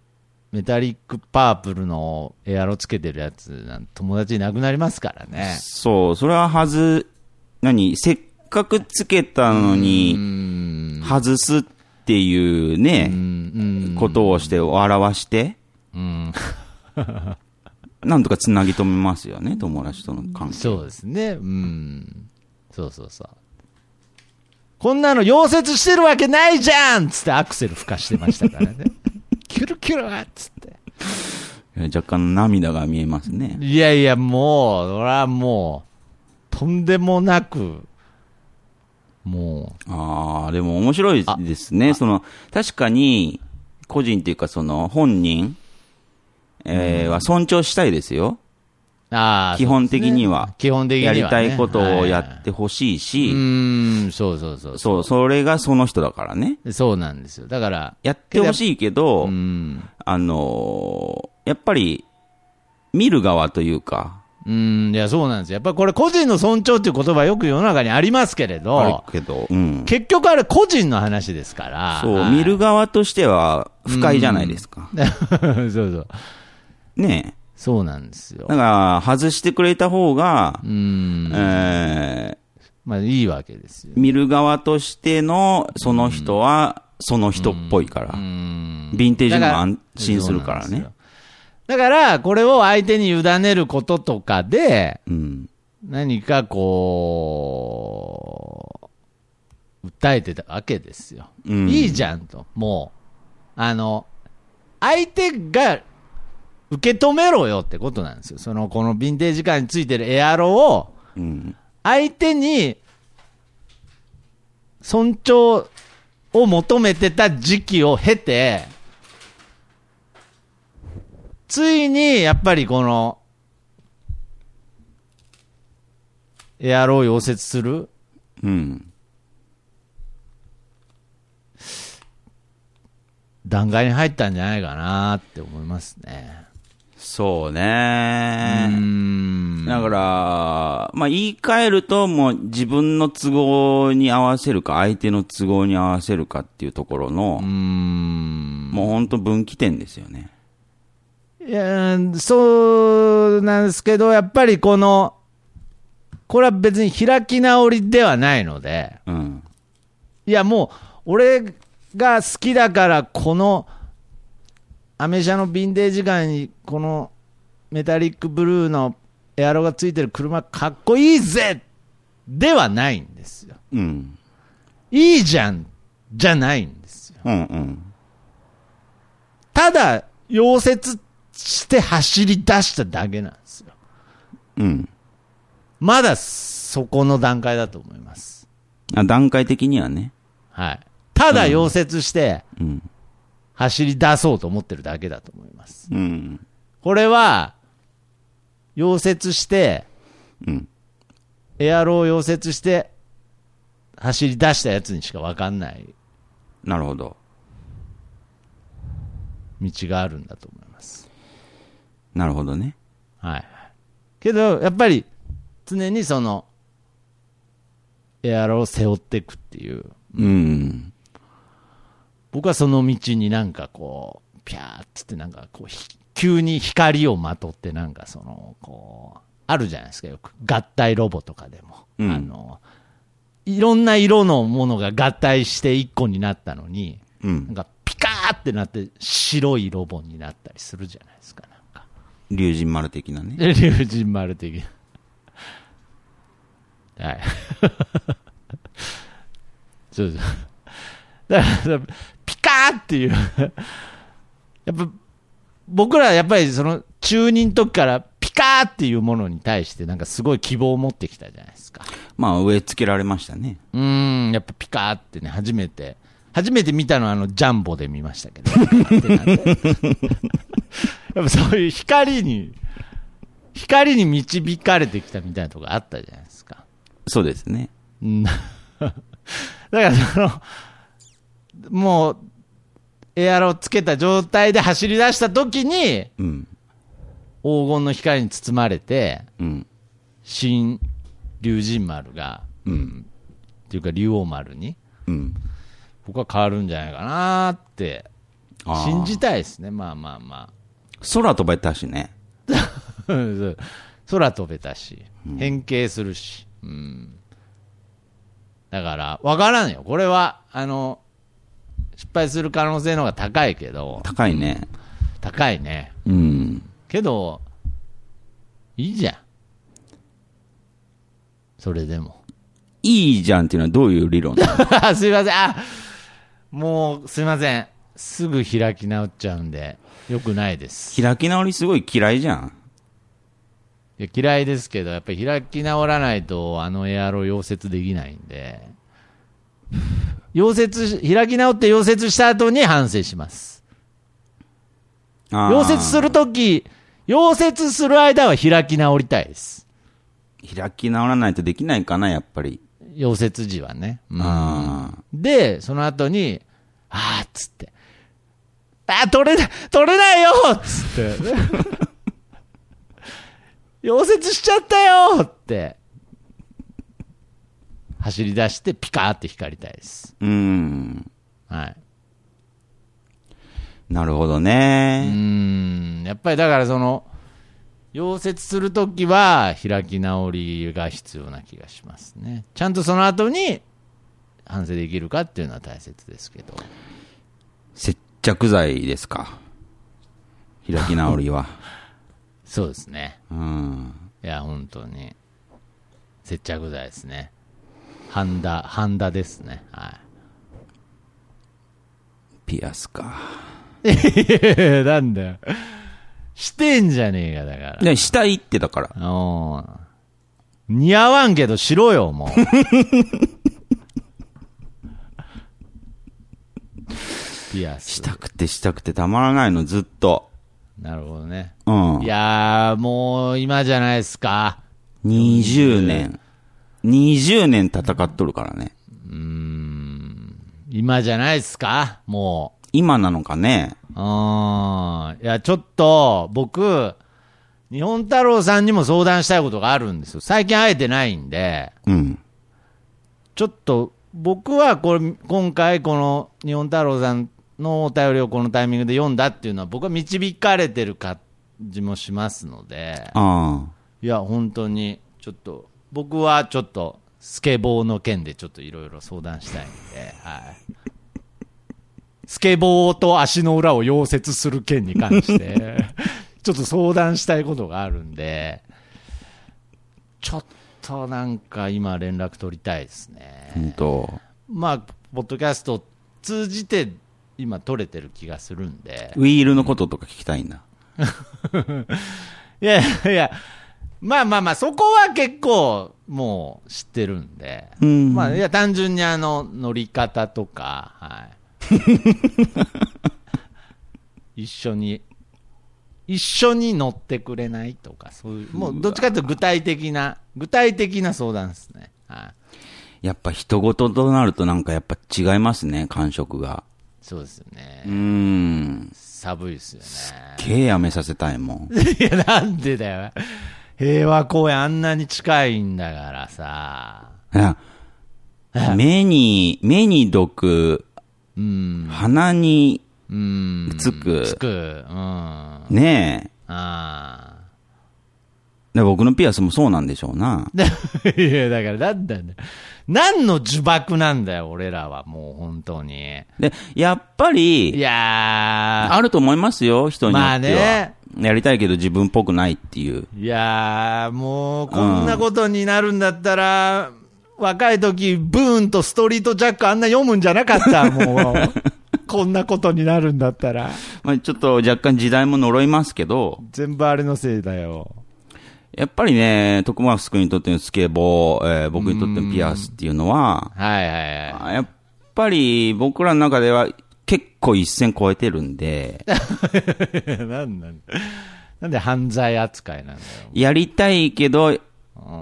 [SPEAKER 3] メタリックパープルのエアロつけてるやつなんて友達いなくなりますからね。
[SPEAKER 4] そう、それは外、何、せっかくつけたの
[SPEAKER 3] う
[SPEAKER 4] に、
[SPEAKER 3] ん。
[SPEAKER 4] 外すっていうね、
[SPEAKER 3] うん。
[SPEAKER 4] ことをして、表して、
[SPEAKER 3] うん。
[SPEAKER 4] なんとかつなぎ止めますよね、友達との関係。
[SPEAKER 3] そうですね。うん。そうそうそう。こんなの溶接してるわけないじゃんつってアクセル吹かしてましたからね。 [LAUGHS] キュルキュルっつって。
[SPEAKER 4] 若干涙が見えますね。
[SPEAKER 3] いやいや、もう、それはもう、とんでもなく、も
[SPEAKER 4] ああ、でも面白いですね。その、確かに、個人っていうかその、本人、えーは尊重したいですよ。
[SPEAKER 3] ああ
[SPEAKER 4] 基本的には。
[SPEAKER 3] 基本的に
[SPEAKER 4] や
[SPEAKER 3] はね
[SPEAKER 4] りたいことをや
[SPEAKER 3] はい
[SPEAKER 4] ってほしいし、
[SPEAKER 3] うーん、そうそうそうそ
[SPEAKER 4] そう、それがその人だからね。
[SPEAKER 3] う。そうなんですよ。だから、
[SPEAKER 4] やってほしいけど、
[SPEAKER 3] うん、
[SPEAKER 4] あのーやっぱり、見る側というか、
[SPEAKER 3] うん、いや、そうなんですよ。やっぱりこれ、個人の尊重っていう言葉、よく世の中にありますけれ
[SPEAKER 4] あ
[SPEAKER 3] ど、
[SPEAKER 4] るけど、うん。
[SPEAKER 3] 結局あれ、個人の話ですから。
[SPEAKER 4] そう、
[SPEAKER 3] はい
[SPEAKER 4] 見る側としては不快じゃないですか。
[SPEAKER 3] [LAUGHS] そうそう。
[SPEAKER 4] ね
[SPEAKER 3] そうなんです
[SPEAKER 4] え。
[SPEAKER 3] よ
[SPEAKER 4] だ。から、外してくれた方が、
[SPEAKER 3] うん、
[SPEAKER 4] え
[SPEAKER 3] まあ、いいわけですよ
[SPEAKER 4] ー。見る側としてのその人は、その人っぽいから。
[SPEAKER 3] う
[SPEAKER 4] ヴ
[SPEAKER 3] ん
[SPEAKER 4] ィンテージも安心するから。
[SPEAKER 3] だ
[SPEAKER 4] ね
[SPEAKER 3] か。らそうなんですよだから、これを相手に委ねることとかで、
[SPEAKER 4] うん。
[SPEAKER 3] 何かこう、訴えてたわけですよ。
[SPEAKER 4] うん
[SPEAKER 3] いいじゃんと、もう。あの、相手が受け止めろよってことなんですよ。その、このヴィンテージカーについてるエアロを、
[SPEAKER 4] うん。
[SPEAKER 3] 相手に尊重を求めてた時期を経て、ついにやっぱりこの、エアロを溶接する
[SPEAKER 4] うん。
[SPEAKER 3] 段階に入ったんじゃないかなって思いますね。
[SPEAKER 4] そう
[SPEAKER 3] う
[SPEAKER 4] ね。
[SPEAKER 3] ん。
[SPEAKER 4] だから、まあ、言い換えると、もう自分の都合に合わせるか、相手の都合に合わせるかっていうところの、もう本当分岐点ですよね。
[SPEAKER 3] いやーそうなんですけど、やっぱりこの、これは別に開き直りではないので、
[SPEAKER 4] うん。
[SPEAKER 3] いやもう、俺が好きだから、この、アメ車のヴィンテージガーに、このメタリックブルーのエアロがついてる車、かっこいいぜではないんですよ。
[SPEAKER 4] うん。
[SPEAKER 3] いいじゃんじゃないんですよ。
[SPEAKER 4] うんうん。
[SPEAKER 3] ただ、溶接して走り出しただけなんですよ。
[SPEAKER 4] うん。
[SPEAKER 3] まだそこの段階だと思います。
[SPEAKER 4] あ段階的にはね。
[SPEAKER 3] はい。ただ溶接して
[SPEAKER 4] うん。
[SPEAKER 3] 走り出そうと思ってるだけだと思います。
[SPEAKER 4] うん。
[SPEAKER 3] これは、溶接して、
[SPEAKER 4] うん。
[SPEAKER 3] エアロを溶接して、走り出したやつにしかわかんない
[SPEAKER 4] なるほど。
[SPEAKER 3] 道があるんだと思います。
[SPEAKER 4] なるほどね。
[SPEAKER 3] はい。けど、やっぱり、常にその、エアロを背負っていくっていう、
[SPEAKER 4] うん。
[SPEAKER 3] 僕はその道になんかこう、ピャーっつってなんかこう、ひ急に光をまとってなんかその、こう、あるじゃないですか、よく。合体ロボとかでも。
[SPEAKER 4] うん
[SPEAKER 3] あの、いろんな色のものが合体して一個になったのに、
[SPEAKER 4] う
[SPEAKER 3] なん
[SPEAKER 4] ん。
[SPEAKER 3] かピカーってなって白いロボになったりするじゃないですか、なんか。
[SPEAKER 4] 竜神丸的なね。
[SPEAKER 3] [LAUGHS] で竜神丸的な。はい。 [LAUGHS] そうそう。だから、ピカーっていう。やっぱ、僕らやっぱりその中二の時からピカーっていうものに対してなんかすごい希望を持ってきたじゃないですか。
[SPEAKER 4] まあ、植え付けられましたね。
[SPEAKER 3] うーん、やっぱピカーってね、初めて、初めて見たのはあの、ジャンボで見ました [LAUGHS] けど、ピカーってなんてやっぱそういう光に、光に導かれてきたみたいなとこあったじゃないですか。 [LAUGHS]
[SPEAKER 4] そうですね。
[SPEAKER 3] うん。だからその、もう、エアロをつけた状態で走り出した時に、
[SPEAKER 4] うん。
[SPEAKER 3] 黄金の光に包まれて、
[SPEAKER 4] うん。
[SPEAKER 3] 新竜神丸が、
[SPEAKER 4] うん。
[SPEAKER 3] っていうか竜王丸に、
[SPEAKER 4] うん。
[SPEAKER 3] 僕は変わるんじゃないかなーって
[SPEAKER 4] あー
[SPEAKER 3] 信じたいですねまあまあま
[SPEAKER 4] 空飛べたしね。
[SPEAKER 3] あ [LAUGHS] そう空飛べたし変形するし、うんだから分からんよこれはあの失敗する可能性の方が高いけど
[SPEAKER 4] 高いね。
[SPEAKER 3] 高いね
[SPEAKER 4] うん。
[SPEAKER 3] けどいいじゃんそれでも [LAUGHS]
[SPEAKER 4] いいじゃんっていうのはどういう理論なの
[SPEAKER 3] すいませんあもうすいませんすぐ開き直っちゃうんでよくないです
[SPEAKER 4] 開き直りすごい嫌いじゃん。
[SPEAKER 3] いや嫌いですけど、やっぱり開き直らないと、あのエアロ溶接できないんで、溶接し、開き直って溶接した後に反省します。
[SPEAKER 4] あー
[SPEAKER 3] 溶接するとき、溶接する間は開き直りたいです。
[SPEAKER 4] 開き直らないとできないかな、やっぱり。
[SPEAKER 3] 溶接時はね。うん
[SPEAKER 4] ああ。
[SPEAKER 3] で、その後に、あーっつって、あー取れない、取れないよっつって、 [LAUGHS] 溶接しちゃったよって、走り出してピカーって光りたいです。
[SPEAKER 4] うん。
[SPEAKER 3] はい。
[SPEAKER 4] なるほど
[SPEAKER 3] う
[SPEAKER 4] ね。
[SPEAKER 3] ん、やっぱりだからその、溶接するときは開き直りが必要な気がしますね。ちゃんとその後に反省できるかっていうのは大切ですけど。
[SPEAKER 4] 接着剤ですか。開き
[SPEAKER 3] [LAUGHS]
[SPEAKER 4] 直りは。
[SPEAKER 3] そうですね。
[SPEAKER 4] うん。
[SPEAKER 3] いや、本当に。接着剤ですね。ハンダ、ハンダですね。は
[SPEAKER 4] ピアスか。
[SPEAKER 3] い。 [LAUGHS] なんだよ。してんじゃねえか、だか
[SPEAKER 4] で、下行ってだから。
[SPEAKER 3] ら。おー似合わんけどしろよ、
[SPEAKER 4] [LAUGHS]
[SPEAKER 3] もう。ピアス
[SPEAKER 4] し。たくてしたくてたまらないの、ずっと。
[SPEAKER 3] なるほどね。
[SPEAKER 4] うん。
[SPEAKER 3] いやー、もう今じゃないですか。
[SPEAKER 4] 20年。20年戦っとるからね。
[SPEAKER 3] 今じゃないですか、もう。
[SPEAKER 4] 今なのかね。
[SPEAKER 3] あーいや、ちょっと、僕、日本太郎さんにも相談したいことがあるんですよ。最近会えてないんで、
[SPEAKER 4] うん。
[SPEAKER 3] ちょっと、僕はこれ、今回、この日本太郎さんのお便りをこのタイミングで読んだっていうのは、僕は導かれてる感じもしますので、
[SPEAKER 4] あ
[SPEAKER 3] いや、本当に、ちょっと、僕はちょっと、スケボーの件でちょっといろいろ相談したいんで、はい。スケボーと足の裏を溶接する件に関して、 [LAUGHS] ちょっと相談したいことがあるんで、ちょっとなんか今連絡取りたいです
[SPEAKER 4] あ。
[SPEAKER 3] ね。
[SPEAKER 4] ほんと。
[SPEAKER 3] まあ、ポッドキャスト通じて今取れてる気がするんで。
[SPEAKER 4] ウィールのこととか聞きたいんだ。
[SPEAKER 3] いやいやいや、まあまあまあ、そこは結構もう知ってるんで、
[SPEAKER 4] うん
[SPEAKER 3] まあ、いや単純にあの乗り方とか、
[SPEAKER 4] [LAUGHS]
[SPEAKER 3] はい、一緒に、一緒に乗ってくれないとか、そういう、もうどっちかというと具体的な、具体的な相談ですね。はい
[SPEAKER 4] やっぱ人事となるとなんかやっぱ違いますね、感触が。
[SPEAKER 3] そうですよね。
[SPEAKER 4] うーん。
[SPEAKER 3] 寒いですよね。
[SPEAKER 4] 毛やめさせたいもん。
[SPEAKER 3] いや、なんでだよ。平和公園あんなに近いんだからさ。
[SPEAKER 4] あ目に、目に毒、
[SPEAKER 3] うん。
[SPEAKER 4] 鼻に
[SPEAKER 3] うん。
[SPEAKER 4] つく、
[SPEAKER 3] つく。うん。あ
[SPEAKER 4] ね
[SPEAKER 3] あ。
[SPEAKER 4] え。で僕のピアスもそうなんでしょうな。
[SPEAKER 3] だ [LAUGHS] いや、だから、なんなんだよ。何の呪縛なんだよ、俺らは、もう、本当に。
[SPEAKER 4] で、やっぱ
[SPEAKER 3] い
[SPEAKER 4] り、
[SPEAKER 3] や
[SPEAKER 4] あると思いますよ、人によっては。
[SPEAKER 3] まあね
[SPEAKER 4] やりたいけど自分っぽくないっていう。
[SPEAKER 3] ー。いやー、もう、こんなことになるんだったら、若い時、ブーンとストリートジャックあんな読むんじゃなか [LAUGHS] った、もう。こんなことになるんだったら。
[SPEAKER 4] まあちょっと若干時代も呪いますけど、
[SPEAKER 3] 全部あれのせいだよ。
[SPEAKER 4] やっぱりね、徳松君にとってのスケボー、えー僕にとってのピアスっていうのは、
[SPEAKER 3] はいはいはい。
[SPEAKER 4] あやっぱり僕らの中では結構一線超えてる
[SPEAKER 3] [LAUGHS]
[SPEAKER 4] んで、
[SPEAKER 3] なんなんなんで犯罪扱いなんだよ。
[SPEAKER 4] やりたいけど、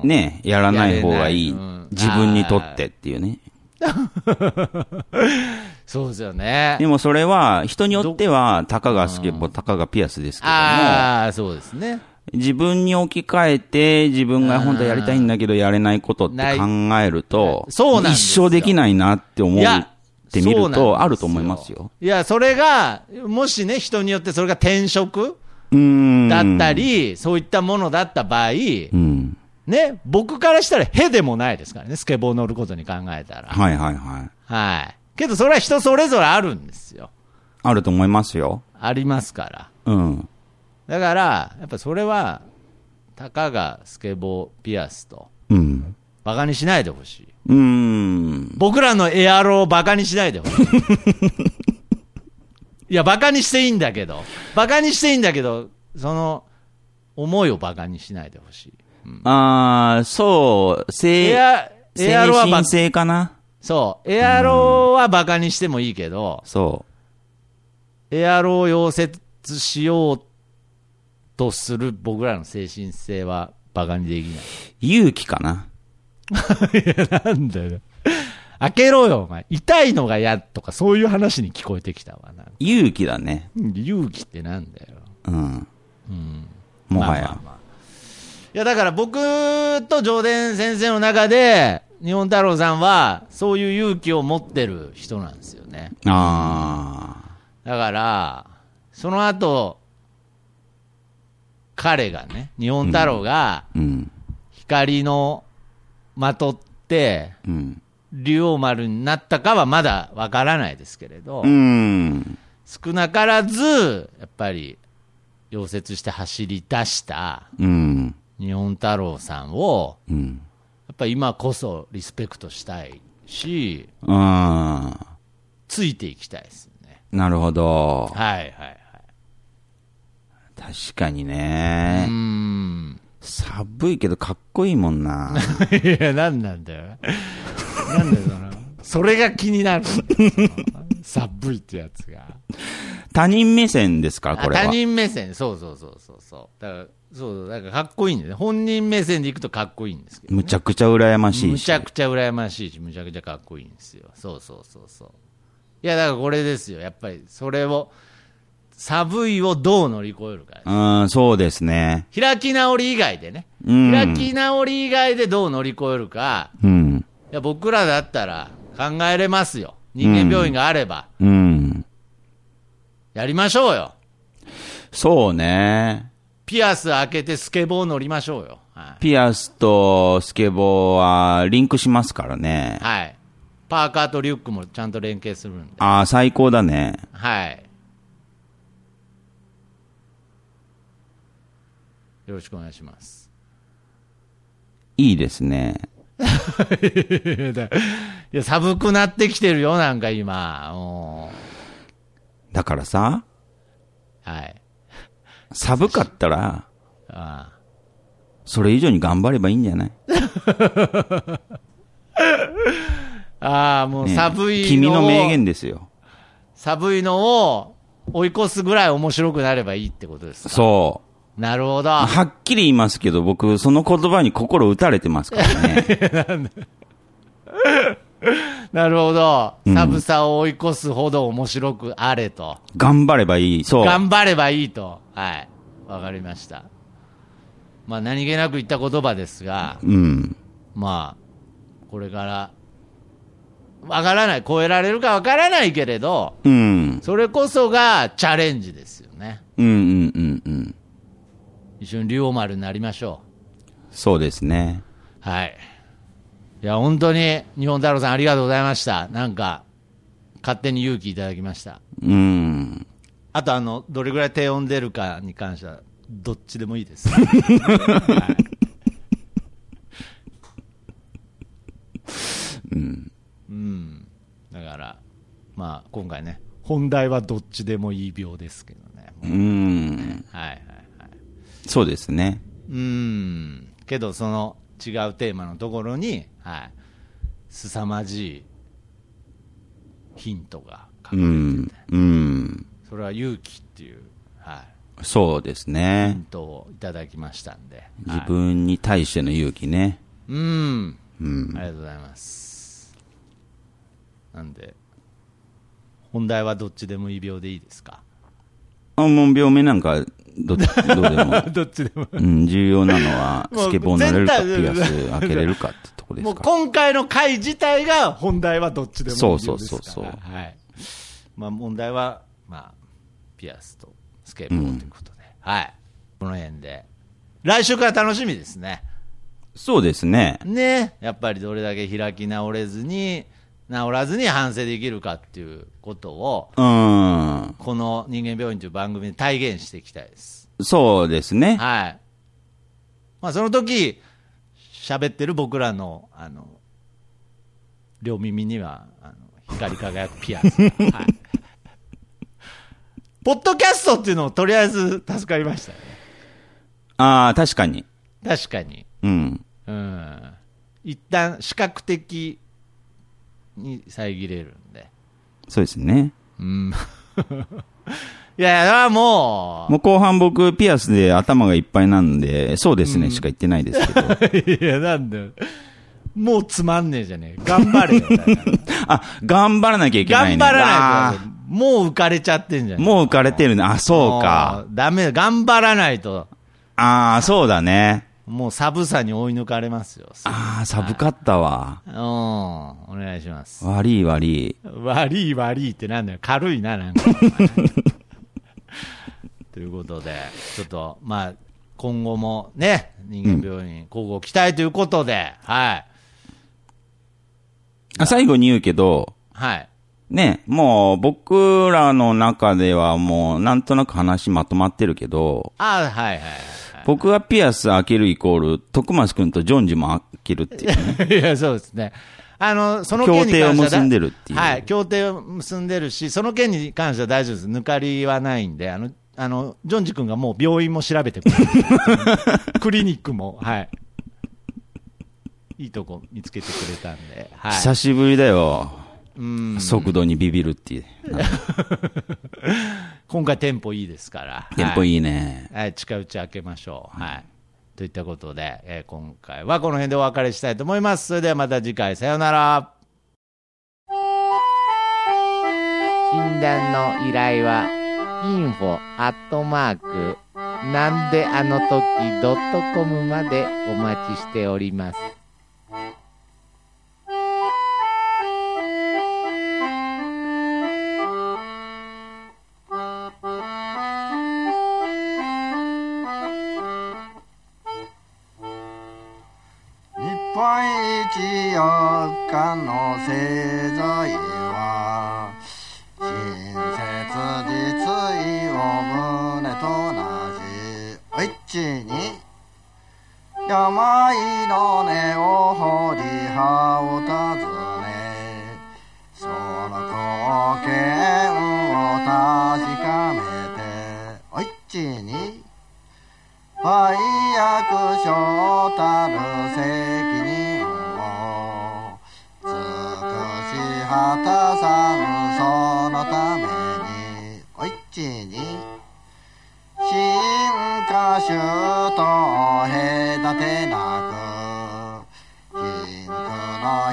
[SPEAKER 4] ね、やらない方がいい。
[SPEAKER 3] やれないうん
[SPEAKER 4] 自分にとってっていうね。
[SPEAKER 3] そうですよね
[SPEAKER 4] で。もそれは、人によっては、たかがスケボー、たかがピアスですけども、
[SPEAKER 3] ああ、そうですね。
[SPEAKER 4] 自分に置き換えて、自分が本当はやりたいんだけど、やれないことって考えると、
[SPEAKER 3] そうなんで
[SPEAKER 4] 一
[SPEAKER 3] すよ
[SPEAKER 4] 生できないなって思うってみ
[SPEAKER 3] そうな
[SPEAKER 4] る
[SPEAKER 3] んですよ
[SPEAKER 4] と、あると思いますよ。。
[SPEAKER 3] いや、それが、もしね、人によってそれが転職
[SPEAKER 4] うーん。
[SPEAKER 3] だったり、そういったものだった場合、
[SPEAKER 4] うん。
[SPEAKER 3] ね、僕からしたらへでもないですからね、スケボー乗ることに考えたら。
[SPEAKER 4] はいはいはい。
[SPEAKER 3] はい。けど、それは人それぞれあるんですよ。
[SPEAKER 4] あると思いますよ。
[SPEAKER 3] ありますから。
[SPEAKER 4] うん。
[SPEAKER 3] だから、やっぱそれは、たかがスケボー、ピアスと、
[SPEAKER 4] うん。
[SPEAKER 3] バカにしないでほしい。
[SPEAKER 4] うーん。
[SPEAKER 3] 僕らのエアロをバカにし [LAUGHS] ないでほしい。いや、バカにしていいんだけど、バカにしていいんだけど、その、思いをバカにしないでほしい。
[SPEAKER 4] あー、そう、せい
[SPEAKER 3] エア、エアロは
[SPEAKER 4] 精
[SPEAKER 3] バ
[SPEAKER 4] 神性かな
[SPEAKER 3] そう、エアロはバカにしてもいいけど、
[SPEAKER 4] そ
[SPEAKER 3] エアロを溶接決しようとする僕らの精神性はバカにできない。
[SPEAKER 4] 勇気かな。
[SPEAKER 3] なんだよ。開けろよ、お前。痛いのが嫌とか、そういう話に聞こえてきたわ。なんか
[SPEAKER 4] 勇気だね。
[SPEAKER 3] 勇気ってなんだよ。
[SPEAKER 4] うん。もは
[SPEAKER 3] まあま
[SPEAKER 4] や。
[SPEAKER 3] あまあいや、だから僕と上田先生の中で、日本太郎さんは、そういう勇気を持ってる人なんですよね。
[SPEAKER 4] あ
[SPEAKER 3] だから、その後、彼がね、日本太郎が、
[SPEAKER 4] ーうん。
[SPEAKER 3] 光のまとって、
[SPEAKER 4] うん。
[SPEAKER 3] 竜王丸になったかはまだわからないですけれど、
[SPEAKER 4] うん。
[SPEAKER 3] 少なからず、やっぱり、溶接して走り出した
[SPEAKER 4] うん。
[SPEAKER 3] 日本太郎さんを、
[SPEAKER 4] うん。
[SPEAKER 3] やっぱり今こそリスペクトしたいし、
[SPEAKER 4] ああ。
[SPEAKER 3] ついていきたいですよね。
[SPEAKER 4] なるほど。
[SPEAKER 3] はいはいはい。
[SPEAKER 4] 確かに
[SPEAKER 3] うー
[SPEAKER 4] ね。
[SPEAKER 3] ん。
[SPEAKER 4] 寒いけどかっこいいもんな。
[SPEAKER 3] [LAUGHS] いや、なんなんだよ。なんだよ、その。それが気になるんだよ。その寒いってやつが。
[SPEAKER 4] 他人目線ですから、これは。
[SPEAKER 3] 他人目線、そうそうそうそうそう。だから、そうそう、だからかっこいいんだよね。本人目線でいくとかっこいいんですけど、ね。
[SPEAKER 4] むちゃくちゃ羨ましい
[SPEAKER 3] む
[SPEAKER 4] し
[SPEAKER 3] ち。ゃくちゃ羨ましいし、むちゃくちゃかっこいいんですよ。そうそうそうそう。いや、だからこれですよ。やっぱり、それを、寒いをどう乗り越えるか。
[SPEAKER 4] うん、そうですね。
[SPEAKER 3] 開き直り以外でね。
[SPEAKER 4] うん
[SPEAKER 3] 開き直り以外でどう乗り越えるか。
[SPEAKER 4] うん。
[SPEAKER 3] いや、僕らだったら考えれますよ。人間病院があれば、
[SPEAKER 4] うん。
[SPEAKER 3] やりましょうよ。
[SPEAKER 4] そうね。
[SPEAKER 3] ピアス開けてスケボー乗りましょうよ。はい。
[SPEAKER 4] ピアスとスケボーはリンクしますからね。
[SPEAKER 3] はい、パーカーとリュックもちゃんと連携するんで。
[SPEAKER 4] ああ、最高だね。
[SPEAKER 3] はい。よろしくお願いします。
[SPEAKER 4] いいですね。
[SPEAKER 3] いや、寒くなってきてるよ、なんか今。も
[SPEAKER 4] だからさ、
[SPEAKER 3] うはい。
[SPEAKER 4] 寒かったら、
[SPEAKER 3] ああ
[SPEAKER 4] それ以上に頑張ればいいんじゃない
[SPEAKER 3] ああ、もう
[SPEAKER 4] ね
[SPEAKER 3] 寒いのを、
[SPEAKER 4] 君の名言ですよ。
[SPEAKER 3] 寒いのを追い越すぐらい面白くなればいいってことですか。
[SPEAKER 4] そう。
[SPEAKER 3] なるほど。
[SPEAKER 4] はっきり言いますけど、僕、その言葉に心打たれてますか
[SPEAKER 3] [LAUGHS]
[SPEAKER 4] らね。
[SPEAKER 3] なるほど。寒さを追い越すほど面白くあれと。
[SPEAKER 4] 頑張ればいい。そう。
[SPEAKER 3] 頑張ればいいと。はい。わかりました。まあ何気なく言った言葉ですが、
[SPEAKER 4] うん。
[SPEAKER 3] まあ、これから、わからない。超えられるかわからないけれど、
[SPEAKER 4] うん。
[SPEAKER 3] それこそがチャレンジですよね。
[SPEAKER 4] うんうんうんうん。
[SPEAKER 3] 一緒に竜王丸になりましょ
[SPEAKER 4] そうですね。
[SPEAKER 3] う。はい。いや、本当に、日本太郎さんありがとうございました。なんか、勝手に勇気いただきました。
[SPEAKER 4] うん。
[SPEAKER 3] あとあの、どれぐらい低音出るかに関しては、どっちでもいい [LAUGHS] です。うん。うん。だから、まあ、今回ね、本題はどっちでもいい病ですけどね。
[SPEAKER 4] うん。
[SPEAKER 3] はいはいはい。
[SPEAKER 4] そうですね。
[SPEAKER 3] うん。けど、その違うテーマのところに、はい。凄まじいヒントが
[SPEAKER 4] う
[SPEAKER 3] 隠れて
[SPEAKER 4] ん
[SPEAKER 3] て、。
[SPEAKER 4] うん。
[SPEAKER 3] それは勇気っていう、はい。
[SPEAKER 4] そうです
[SPEAKER 3] ヒン
[SPEAKER 4] ね。
[SPEAKER 3] トをいただきましたんで、
[SPEAKER 4] 自分に対しての勇気ね。
[SPEAKER 3] うん、
[SPEAKER 4] うん。
[SPEAKER 3] ありがとうございます。なんで、本題はどっちでもいい病でいいですか
[SPEAKER 4] あもう病名なんか、ど、どうでも。
[SPEAKER 3] どっちでも。
[SPEAKER 4] うん、重要なのは、スケボー乗れるか、ピアス開けれるかってとこで
[SPEAKER 3] も
[SPEAKER 4] す
[SPEAKER 3] う
[SPEAKER 4] か。
[SPEAKER 3] 今回の回自体が本題はどっちでもいい病ですから。
[SPEAKER 4] そうそうそうそう
[SPEAKER 3] はい。まあ問題は、まあ、ピアスとスケボーということで、はい。この辺で。来週から楽しみですね。
[SPEAKER 4] そうですね。
[SPEAKER 3] ね、やっぱりどれだけ開き直れずに、直らずに反省できるかっていうことを、
[SPEAKER 4] うん。
[SPEAKER 3] この人間病院という番組で体現していきたいです。
[SPEAKER 4] そうですね。
[SPEAKER 3] はい。まあ、その時、喋ってる僕らの、あの、両耳には、あの、光り輝くピアスが。 [LAUGHS] はい。ポッドキャストっていうのをとりあえず助かりましたね。
[SPEAKER 4] ああ、確かに。
[SPEAKER 3] 確かに。
[SPEAKER 4] うん。
[SPEAKER 3] うん一旦視覚的に遮れるんで、
[SPEAKER 4] そうですね。
[SPEAKER 3] うん、いや、いやも
[SPEAKER 4] もう後半僕、ピアスで頭がいっぱいなんで、そうですね、しか言ってないですけど。 [LAUGHS]
[SPEAKER 3] う、いや、なんだよ。もうつまんねえじゃねえ。頑張 [LAUGHS] れよ。だから
[SPEAKER 4] あ、頑張らなきゃいけない、ね。
[SPEAKER 3] 頑張らない
[SPEAKER 4] わ
[SPEAKER 3] と。もう浮かれちゃってんじゃ
[SPEAKER 4] あ
[SPEAKER 3] ん。
[SPEAKER 4] もう浮かれてるね。あ、そうか。
[SPEAKER 3] もう。ダメだ。頑張らないと、
[SPEAKER 4] ああ、そうだね。
[SPEAKER 3] もう寒さに追い抜かれますよ。
[SPEAKER 4] ああ、寒かったわ。
[SPEAKER 3] うん。お願いします。
[SPEAKER 4] 悪い悪い。
[SPEAKER 3] 悪い悪いってなんだよ。軽いな、なん
[SPEAKER 4] [LAUGHS]
[SPEAKER 3] か。ということで、ちょっと、まあ、今後もね、人間病院、交互期待ということで、はい。
[SPEAKER 4] あ最後に言うけど、
[SPEAKER 3] はい。
[SPEAKER 4] ね、もう僕らの中ではもうなんとなく話まとまってるけど、
[SPEAKER 3] あはいはいはい。
[SPEAKER 4] 僕がピアス開けるイコール、徳松くんとジョンジも開けるって
[SPEAKER 3] [LAUGHS]
[SPEAKER 4] いう。
[SPEAKER 3] いや、そうですね。あの、その件に関しては
[SPEAKER 4] 協定を結んでるっていう
[SPEAKER 3] はい、協定を結んでるし、その件に関しては大丈夫です。抜かりはないんで、あの、あの、ジョンジ君がもう病院も調べてくれ
[SPEAKER 4] [LAUGHS]
[SPEAKER 3] てクリニックも、はい。いいとこ見つけてくれたんで、はい。
[SPEAKER 4] 久しぶりだよ。
[SPEAKER 3] うん
[SPEAKER 4] 速度にビビるっていう。
[SPEAKER 3] 今回テンポいいですから。
[SPEAKER 4] テンポいいね。
[SPEAKER 3] はい、近いうち開けましょう。はい。といったことで、えー今回はこの辺でお別れしたいと思います。それではまた次回、さようなら。
[SPEAKER 5] 診断の依頼は info アットマークなんであの時ドットコムまでお待ちしております。
[SPEAKER 6] 日本一四日の製材は親切実意を胸となじおいっちに病の根を掘り葉を尋ねその貢献を確かめておいっちに売約所たる責任を尽くし果たさぬそのためにおいちに進化種と隔てなく貧苦の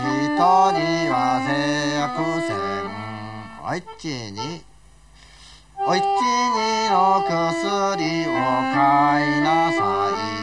[SPEAKER 6] 人には制約せんおいちにおいちにの薬を買いなさい。